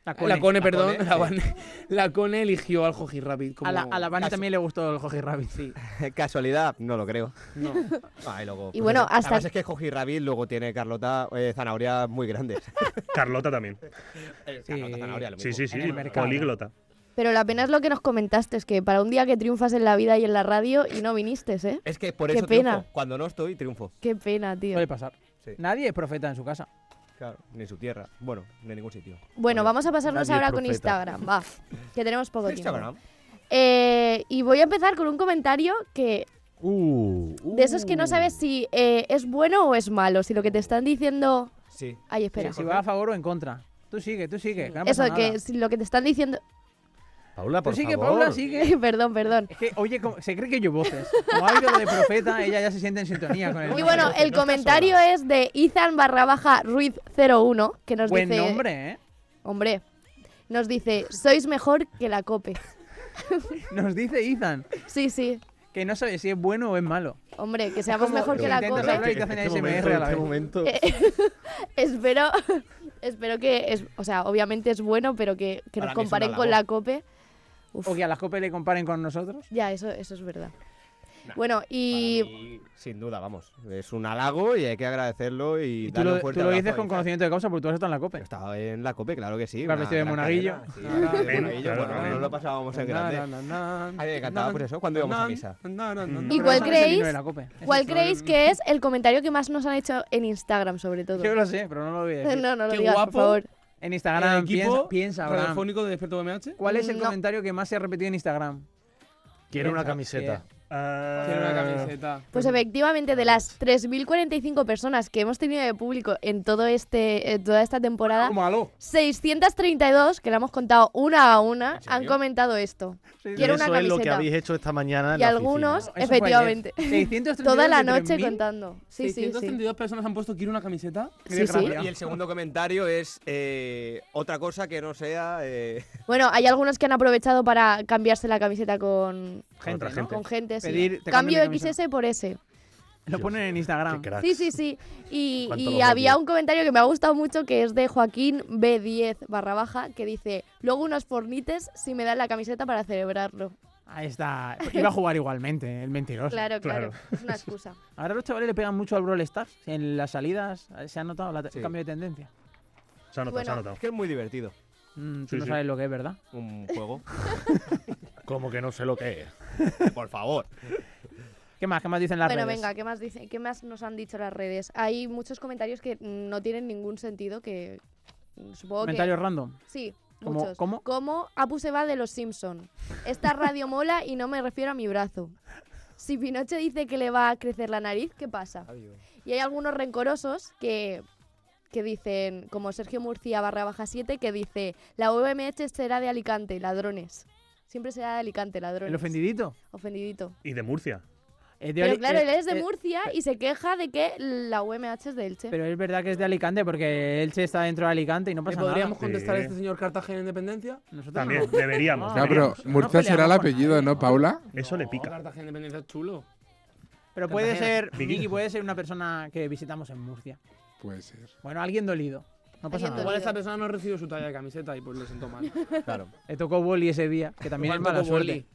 [SPEAKER 1] La
[SPEAKER 6] Cone.
[SPEAKER 1] Cone,
[SPEAKER 6] La
[SPEAKER 1] perdón.
[SPEAKER 6] Cone,
[SPEAKER 1] la,
[SPEAKER 6] sí.
[SPEAKER 1] Vane, la Cone eligió al Joji Rabbit. Como
[SPEAKER 6] A la, a la Vane
[SPEAKER 1] casi-
[SPEAKER 6] también le gustó el Joji Rabbit.
[SPEAKER 1] Sí.
[SPEAKER 4] Casualidad, no lo creo.
[SPEAKER 1] No.
[SPEAKER 4] Ay, luego, pues
[SPEAKER 8] Y bueno, hasta-
[SPEAKER 4] Además es que Joji Rabbit luego tiene Carlota eh, zanahorias muy grandes. Eh,
[SPEAKER 5] Carlota también.
[SPEAKER 4] Carlota zanahoria, lo
[SPEAKER 5] Sí,
[SPEAKER 4] mismo.
[SPEAKER 5] sí, sí. Políglota.
[SPEAKER 8] Pero la pena es lo que nos comentaste, es que para un día que triunfas en la vida y en la radio y no viniste, ¿eh?
[SPEAKER 4] Es que por
[SPEAKER 8] Qué
[SPEAKER 4] eso
[SPEAKER 8] pena.
[SPEAKER 4] triunfo. Cuando no estoy, triunfo.
[SPEAKER 8] Qué pena, tío.
[SPEAKER 6] Puede pasar.
[SPEAKER 4] Sí.
[SPEAKER 6] Nadie es profeta en su casa.
[SPEAKER 4] Claro, ni en su tierra. Bueno, de ningún sitio.
[SPEAKER 8] Bueno, vamos a pasarnos
[SPEAKER 4] Nadie es
[SPEAKER 8] ahora con
[SPEAKER 4] profeta.
[SPEAKER 8] Instagram, va, que tenemos poco tiempo.
[SPEAKER 4] Instagram.
[SPEAKER 8] Eh, y voy a empezar con un comentario que
[SPEAKER 7] Uh,
[SPEAKER 8] de esos que no sabes si eh, es bueno o es malo, si lo que te están diciendo...
[SPEAKER 4] Sí.
[SPEAKER 8] Ay, espera.
[SPEAKER 6] Si va a favor o en contra. Tú sigue, tú sigue. que no
[SPEAKER 8] Eso,
[SPEAKER 6] pasa nada.
[SPEAKER 8] que si lo que te están diciendo...
[SPEAKER 7] Paula, Ah, por
[SPEAKER 6] Tú sigue,
[SPEAKER 7] favor.
[SPEAKER 6] Paula, sigue.
[SPEAKER 8] perdón, perdón.
[SPEAKER 6] Es que, oye, como- se cree que yo voces. Como ha oído lo de profeta, ella ya se siente en sintonía con el
[SPEAKER 8] Y bueno, el comentario es de Ethan barra baja Ruiz01, que nos
[SPEAKER 6] Buen
[SPEAKER 8] dice...
[SPEAKER 6] nombre, ¿eh?
[SPEAKER 8] Hombre, nos dice, sois mejor que la cope.
[SPEAKER 6] Nos dice Ethan
[SPEAKER 8] Sí, sí.
[SPEAKER 6] que no sabe si es bueno o es malo.
[SPEAKER 8] Hombre, que seamos
[SPEAKER 6] Como
[SPEAKER 8] mejor que
[SPEAKER 6] lo
[SPEAKER 8] la
[SPEAKER 6] intentas
[SPEAKER 8] cope.
[SPEAKER 6] hablar y
[SPEAKER 4] Este
[SPEAKER 6] te hacen ASMR a la vez.
[SPEAKER 8] Eh, espero, espero que, es, o sea, obviamente es bueno, pero que, que nos
[SPEAKER 6] Para mí es un
[SPEAKER 8] comparen con
[SPEAKER 6] halago.
[SPEAKER 8] la cope.
[SPEAKER 6] O que a las copas le comparen con nosotros.
[SPEAKER 8] Ya, eso, eso es verdad. Bueno, y
[SPEAKER 4] Y sin duda, vamos. Es un halago y hay que agradecerlo y,
[SPEAKER 6] Tú
[SPEAKER 4] darle
[SPEAKER 6] lo,
[SPEAKER 4] un fuerte
[SPEAKER 6] tú lo
[SPEAKER 4] abrazo
[SPEAKER 6] dices
[SPEAKER 4] a
[SPEAKER 6] con
[SPEAKER 4] Instagram.
[SPEAKER 6] conocimiento de causa porque tú has estado en la copa.
[SPEAKER 4] Estaba en la COPE, claro que sí. una
[SPEAKER 6] Claro, vestido de
[SPEAKER 4] gran
[SPEAKER 6] monaguillo.
[SPEAKER 4] cadena, sí,
[SPEAKER 6] Claro,
[SPEAKER 4] vestido de
[SPEAKER 6] ven,
[SPEAKER 4] monaguillo,
[SPEAKER 6] claro,
[SPEAKER 4] bueno,
[SPEAKER 6] ven.
[SPEAKER 4] nos lo pasábamos en grande.
[SPEAKER 6] Na, na, na, na.
[SPEAKER 4] A mí me encantaba por eso cuando íbamos
[SPEAKER 6] Na,
[SPEAKER 4] a misa.
[SPEAKER 6] na, na, na,
[SPEAKER 4] Mm.
[SPEAKER 6] na.
[SPEAKER 8] ¿Y
[SPEAKER 6] Pero
[SPEAKER 8] cuál
[SPEAKER 6] eso no es el
[SPEAKER 8] creéis?
[SPEAKER 6] himno de la cope. Ese
[SPEAKER 8] ¿cuál
[SPEAKER 6] es el-
[SPEAKER 8] creéis que es el comentario que más nos han hecho en Instagram, sobre todo?
[SPEAKER 6] Yo lo sé, pero no lo voy a decir.
[SPEAKER 8] No, no lo
[SPEAKER 1] Qué
[SPEAKER 8] digas,
[SPEAKER 1] guapo.
[SPEAKER 8] por favor.
[SPEAKER 6] En Instagram,
[SPEAKER 1] El equipo
[SPEAKER 6] piensa, piensa Abraham.
[SPEAKER 1] radiofónico de Despierto BMH.
[SPEAKER 6] ¿Cuál es el
[SPEAKER 1] No.
[SPEAKER 6] comentario que más se ha repetido en Instagram?
[SPEAKER 7] Quiero una
[SPEAKER 6] Piensa,
[SPEAKER 7] camiseta.
[SPEAKER 6] piensa.
[SPEAKER 5] Ah,
[SPEAKER 1] Tiene una camiseta.
[SPEAKER 8] Pues efectivamente, de las 3.045 personas que hemos tenido de público en todo este, eh, toda esta temporada, 632, que la hemos contado una a una, han comentado esto.
[SPEAKER 7] Y
[SPEAKER 8] Quiero una
[SPEAKER 7] eso es
[SPEAKER 8] camiseta.
[SPEAKER 7] lo que habéis hecho esta mañana. en
[SPEAKER 8] y
[SPEAKER 7] la
[SPEAKER 8] algunos,
[SPEAKER 7] oficina.
[SPEAKER 8] efectivamente.
[SPEAKER 6] 632
[SPEAKER 8] Toda la
[SPEAKER 6] de
[SPEAKER 8] noche
[SPEAKER 6] 3.000.
[SPEAKER 8] contando. Sí, sí, sí.
[SPEAKER 1] 632 personas han puesto quiero una camiseta.
[SPEAKER 8] Sí, sí.
[SPEAKER 4] Y el segundo comentario es eh, otra cosa que no sea. eh,
[SPEAKER 8] Bueno, hay algunos que han aprovechado para cambiarse la camiseta con
[SPEAKER 4] Con otra
[SPEAKER 8] ¿no?
[SPEAKER 4] gente.
[SPEAKER 8] Con gente, sí.
[SPEAKER 6] Pedir, te
[SPEAKER 8] Cambio
[SPEAKER 6] cambio mi camiseta.
[SPEAKER 8] XS por S.
[SPEAKER 6] Lo ponen en Instagram.
[SPEAKER 8] Sí, sí, sí. Y,
[SPEAKER 6] ¿Cuánto
[SPEAKER 8] y
[SPEAKER 6] lo
[SPEAKER 8] había
[SPEAKER 6] odio?
[SPEAKER 8] un comentario que me ha gustado mucho que es de Joaquín B10 barra baja que dice, luego unos pornites si me dan la camiseta para celebrarlo.
[SPEAKER 6] Ahí está. Iba a jugar igualmente, el mentiroso.
[SPEAKER 8] Claro, claro, Es una excusa.
[SPEAKER 6] Ahora los chavales le pegan mucho al Brawl Stars. En las salidas eh, se ha notado la te-
[SPEAKER 4] Sí.
[SPEAKER 6] el cambio de tendencia.
[SPEAKER 5] Se ha notado, se ha notado.
[SPEAKER 4] Es que es muy divertido.
[SPEAKER 6] Mm, tú
[SPEAKER 5] Sí,
[SPEAKER 6] no
[SPEAKER 5] sí.
[SPEAKER 6] sabes lo que es, ¿verdad?
[SPEAKER 4] Un juego.
[SPEAKER 7] Como que no sé lo que es.
[SPEAKER 4] Por favor.
[SPEAKER 6] ¿Qué más? ¿Qué más dicen las
[SPEAKER 8] bueno,
[SPEAKER 6] redes?
[SPEAKER 8] venga, ¿qué más, dice, ¿qué más nos han dicho las redes? Hay muchos comentarios que no tienen ningún sentido, que mm, supongo
[SPEAKER 6] Comentarios
[SPEAKER 8] que...
[SPEAKER 6] random.
[SPEAKER 8] Sí,
[SPEAKER 6] ¿Cómo-
[SPEAKER 8] muchos.
[SPEAKER 6] cómo?
[SPEAKER 8] Como Apu se va de los Simpson. Esta radio mola y no me refiero a mi brazo. Si Pinocho dice que le va a crecer la nariz, ¿qué pasa? Y hay algunos rencorosos que, que dicen, como Sergio Murcia barra baja 7, que dice, la UMH será de Alicante, ladrones. Siempre será de Alicante, ladrones.
[SPEAKER 6] El ofendidito.
[SPEAKER 8] Ofendidito.
[SPEAKER 5] Y de Murcia.
[SPEAKER 6] Es de
[SPEAKER 8] Pero
[SPEAKER 6] Ali-
[SPEAKER 8] claro,
[SPEAKER 6] eh,
[SPEAKER 8] él es de
[SPEAKER 6] eh,
[SPEAKER 8] Murcia y se queja de que la UMH es de Elche.
[SPEAKER 6] Pero es verdad que es de Alicante porque Elche está dentro de Alicante y no
[SPEAKER 1] ¿Le
[SPEAKER 6] pasa nada.
[SPEAKER 1] podríamos contestar a
[SPEAKER 6] Sí.
[SPEAKER 1] este señor Cartagena Independencia?
[SPEAKER 6] Nosotros
[SPEAKER 5] También deberíamos.
[SPEAKER 14] Ya, pero
[SPEAKER 5] deberíamos.
[SPEAKER 14] Murcia será el apellido, ¿no, Paula?
[SPEAKER 5] Eso le
[SPEAKER 1] No,
[SPEAKER 5] pica.
[SPEAKER 1] Oh, Cartagena Independencia es chulo.
[SPEAKER 6] Pero puede ser,
[SPEAKER 1] Cartagena.
[SPEAKER 6] Miki, puede ser una persona que visitamos en Murcia.
[SPEAKER 14] Puede ser.
[SPEAKER 6] Bueno, alguien dolido. No pasa
[SPEAKER 1] Igual
[SPEAKER 6] nada.
[SPEAKER 1] esta persona no recibió su talla de camiseta y pues le sentó mal.
[SPEAKER 4] Claro.
[SPEAKER 6] Le tocó boli ese día, que también es
[SPEAKER 1] Igual
[SPEAKER 6] mala
[SPEAKER 1] tocó boli,
[SPEAKER 6] suerte.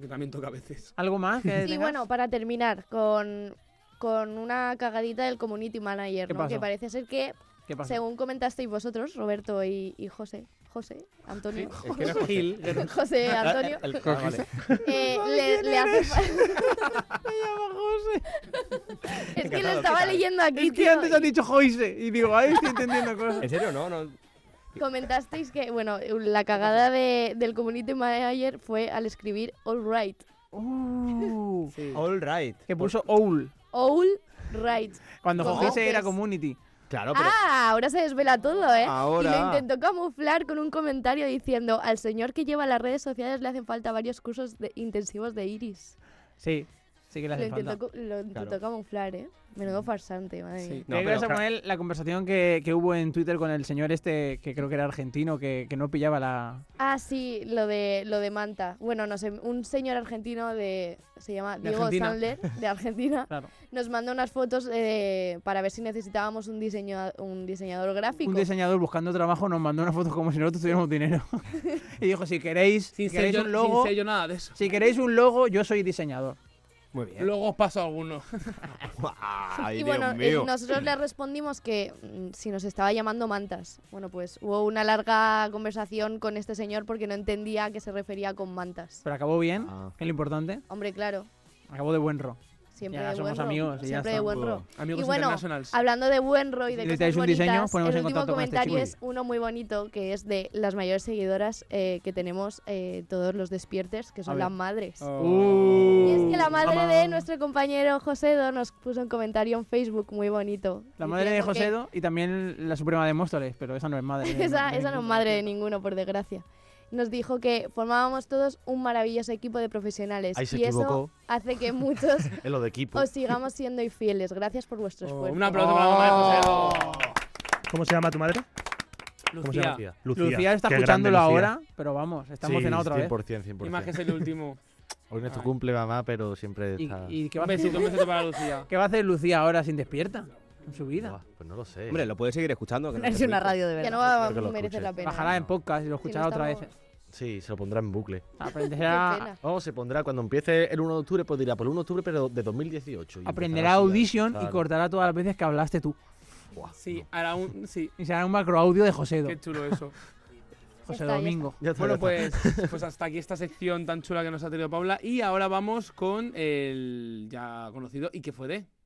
[SPEAKER 1] Que también toca a veces.
[SPEAKER 6] ¿Algo más? Que
[SPEAKER 8] Y
[SPEAKER 6] tengas?
[SPEAKER 8] bueno, para terminar, con, con una cagadita del community manager,
[SPEAKER 6] ¿Qué
[SPEAKER 8] ¿no?
[SPEAKER 6] pasó?
[SPEAKER 8] Que parece ser que,
[SPEAKER 6] ¿Qué pasó?
[SPEAKER 8] según comentasteis vosotros, Roberto y, y José, José, Antonio,
[SPEAKER 4] Es que no es José.
[SPEAKER 1] Gil.
[SPEAKER 8] José, Antonio,
[SPEAKER 4] El- el- ah, vale.
[SPEAKER 8] eh, le, le hace fa- Es que lo
[SPEAKER 4] Encantado,
[SPEAKER 8] estaba
[SPEAKER 4] ¿qué tal?
[SPEAKER 8] leyendo aquí,
[SPEAKER 6] Es que
[SPEAKER 8] tío,
[SPEAKER 6] antes han dicho Joyce y digo, ay, estoy entendiendo cosas.
[SPEAKER 4] ¿En serio? No, no.
[SPEAKER 8] y comentasteis que, bueno, eh, la cagada de- del community manager fue al escribir all right.
[SPEAKER 4] All right.
[SPEAKER 6] Uh. Que puso Owl.
[SPEAKER 8] All right.
[SPEAKER 6] Cuando
[SPEAKER 8] Con
[SPEAKER 6] José
[SPEAKER 8] veces.
[SPEAKER 6] era community.
[SPEAKER 4] Claro, pero.
[SPEAKER 8] Ah, ahora se desvela todo, ¿eh?
[SPEAKER 4] Ahora.
[SPEAKER 8] Y lo intentó camuflar con un comentario diciendo, al señor que lleva las redes sociales le hacen falta varios cursos de- intensivos de iris.
[SPEAKER 6] Sí, sí que le
[SPEAKER 8] Lo
[SPEAKER 6] hace
[SPEAKER 8] intentó,
[SPEAKER 6] falta.
[SPEAKER 8] cu- lo intentó camuflar, ¿eh? Menudo farsante, madre mía.
[SPEAKER 6] Sí. Te ibas a poner la conversación que, que hubo en Twitter con el señor este, que creo que era argentino, que, que no pillaba la...
[SPEAKER 8] Ah, sí, lo de, lo de Manta. Bueno, no sé, un señor argentino de. Se llama
[SPEAKER 6] De
[SPEAKER 8] Diego
[SPEAKER 6] Argentina.
[SPEAKER 8] Sandler, de Argentina.
[SPEAKER 6] Claro.
[SPEAKER 8] Nos mandó unas fotos eh, para ver si necesitábamos un, diseño, un diseñador gráfico.
[SPEAKER 6] Un diseñador buscando trabajo nos mandó una foto como si nosotros tuviéramos dinero. y dijo, si queréis, si queréis
[SPEAKER 1] sello-
[SPEAKER 6] un logo...
[SPEAKER 1] sin sello, nada de eso.
[SPEAKER 6] Si queréis un logo, yo soy diseñador.
[SPEAKER 4] Muy
[SPEAKER 1] Luego os paso alguno.
[SPEAKER 8] y bueno, eh, nosotros le respondimos que mm, si nos estaba llamando mantas. Bueno, pues hubo una larga conversación con este señor porque no entendía a qué se refería con mantas.
[SPEAKER 6] Pero acabó bien,
[SPEAKER 5] Ah.
[SPEAKER 6] que es lo importante.
[SPEAKER 8] Hombre, claro.
[SPEAKER 6] Acabó de buen ro.
[SPEAKER 8] Siempre
[SPEAKER 6] Ya
[SPEAKER 8] de
[SPEAKER 6] somos
[SPEAKER 8] buen ro.
[SPEAKER 6] amigos y ya
[SPEAKER 8] Siempre
[SPEAKER 6] está.
[SPEAKER 8] de buen ro.
[SPEAKER 6] Oh. Amigos
[SPEAKER 8] y bueno,
[SPEAKER 6] internationals.
[SPEAKER 8] hablando de buen ro y de cosas
[SPEAKER 6] Si necesitáis un
[SPEAKER 8] bonitas,
[SPEAKER 6] diseño, ponemos
[SPEAKER 8] el
[SPEAKER 6] en
[SPEAKER 8] último
[SPEAKER 6] contacto con este
[SPEAKER 8] comentario
[SPEAKER 6] chico.
[SPEAKER 8] es uno muy bonito que es de las mayores seguidoras eh, que tenemos eh, todos los despiertes, que
[SPEAKER 6] A
[SPEAKER 8] son
[SPEAKER 6] ver.
[SPEAKER 8] las madres.
[SPEAKER 6] Oh.
[SPEAKER 8] Y es que la madre
[SPEAKER 6] Ama.
[SPEAKER 8] de nuestro compañero Josedo nos puso un comentario en Facebook muy bonito.
[SPEAKER 6] La madre de
[SPEAKER 8] diciendo que-
[SPEAKER 6] Josedo y también la suprema de Móstoles, pero esa no es madre. de-
[SPEAKER 8] esa,
[SPEAKER 6] de
[SPEAKER 8] esa no es
[SPEAKER 6] ningún-
[SPEAKER 8] madre de ninguno, por desgracia. Nos dijo que formábamos todos un maravilloso equipo de profesionales.
[SPEAKER 7] Ahí se
[SPEAKER 8] y eso
[SPEAKER 7] equivocó. Pues
[SPEAKER 8] hace que muchos
[SPEAKER 7] Es lo de equipo.
[SPEAKER 8] os sigamos siendo infieles. Gracias por vuestro esfuerzo.
[SPEAKER 1] Oh, un aplauso
[SPEAKER 6] Oh.
[SPEAKER 1] para la madre de Josedo.
[SPEAKER 5] ¿Cómo se llama tu madre? ¿Cómo se llama?
[SPEAKER 6] Lucía.
[SPEAKER 5] Lucía.
[SPEAKER 6] Lucía está
[SPEAKER 5] Qué
[SPEAKER 6] escuchándolo
[SPEAKER 5] grande, Lucía.
[SPEAKER 6] ahora, pero vamos, está emocionada otra vez.
[SPEAKER 7] 100%, 100%.
[SPEAKER 1] Y más que es el último.
[SPEAKER 7] Hoy no es tu cumple, mamá, pero siempre está.
[SPEAKER 6] ¿Y qué va a
[SPEAKER 1] Un
[SPEAKER 6] hacer?
[SPEAKER 1] besito, un besito para Lucía.
[SPEAKER 6] ¿Qué va a hacer Lucía ahora sin despierta? En su vida.
[SPEAKER 7] Pues no lo sé.
[SPEAKER 4] Hombre, lo puedes seguir escuchando. que no
[SPEAKER 6] Es
[SPEAKER 4] te
[SPEAKER 6] una
[SPEAKER 4] perjudica.
[SPEAKER 6] radio de
[SPEAKER 8] Que no va a
[SPEAKER 7] Espero que lo
[SPEAKER 8] merecer la
[SPEAKER 7] escuches.
[SPEAKER 8] pena.
[SPEAKER 6] Bajará en podcast y lo escuchará otra vez.
[SPEAKER 7] Sí, se lo pondrá en bucle.
[SPEAKER 8] Qué pena.
[SPEAKER 6] Aprenderá,
[SPEAKER 7] Oh, se pondrá cuando empiece el 1 de octubre, pues dirá por el 1 de octubre, pero de 2018. y
[SPEAKER 6] aprenderá
[SPEAKER 7] empezará así,
[SPEAKER 6] Audition y
[SPEAKER 7] claro.
[SPEAKER 6] cortará todas las veces que hablaste tú.
[SPEAKER 1] Sí, hará un. Sí.
[SPEAKER 6] Y será un macroaudio de Josedo.
[SPEAKER 1] Qué chulo eso.
[SPEAKER 6] José Domingo.
[SPEAKER 1] Bueno, pues, pues hasta aquí esta sección tan chula que nos ha tenido Paula. Y ahora vamos con el ya conocido y que fue de.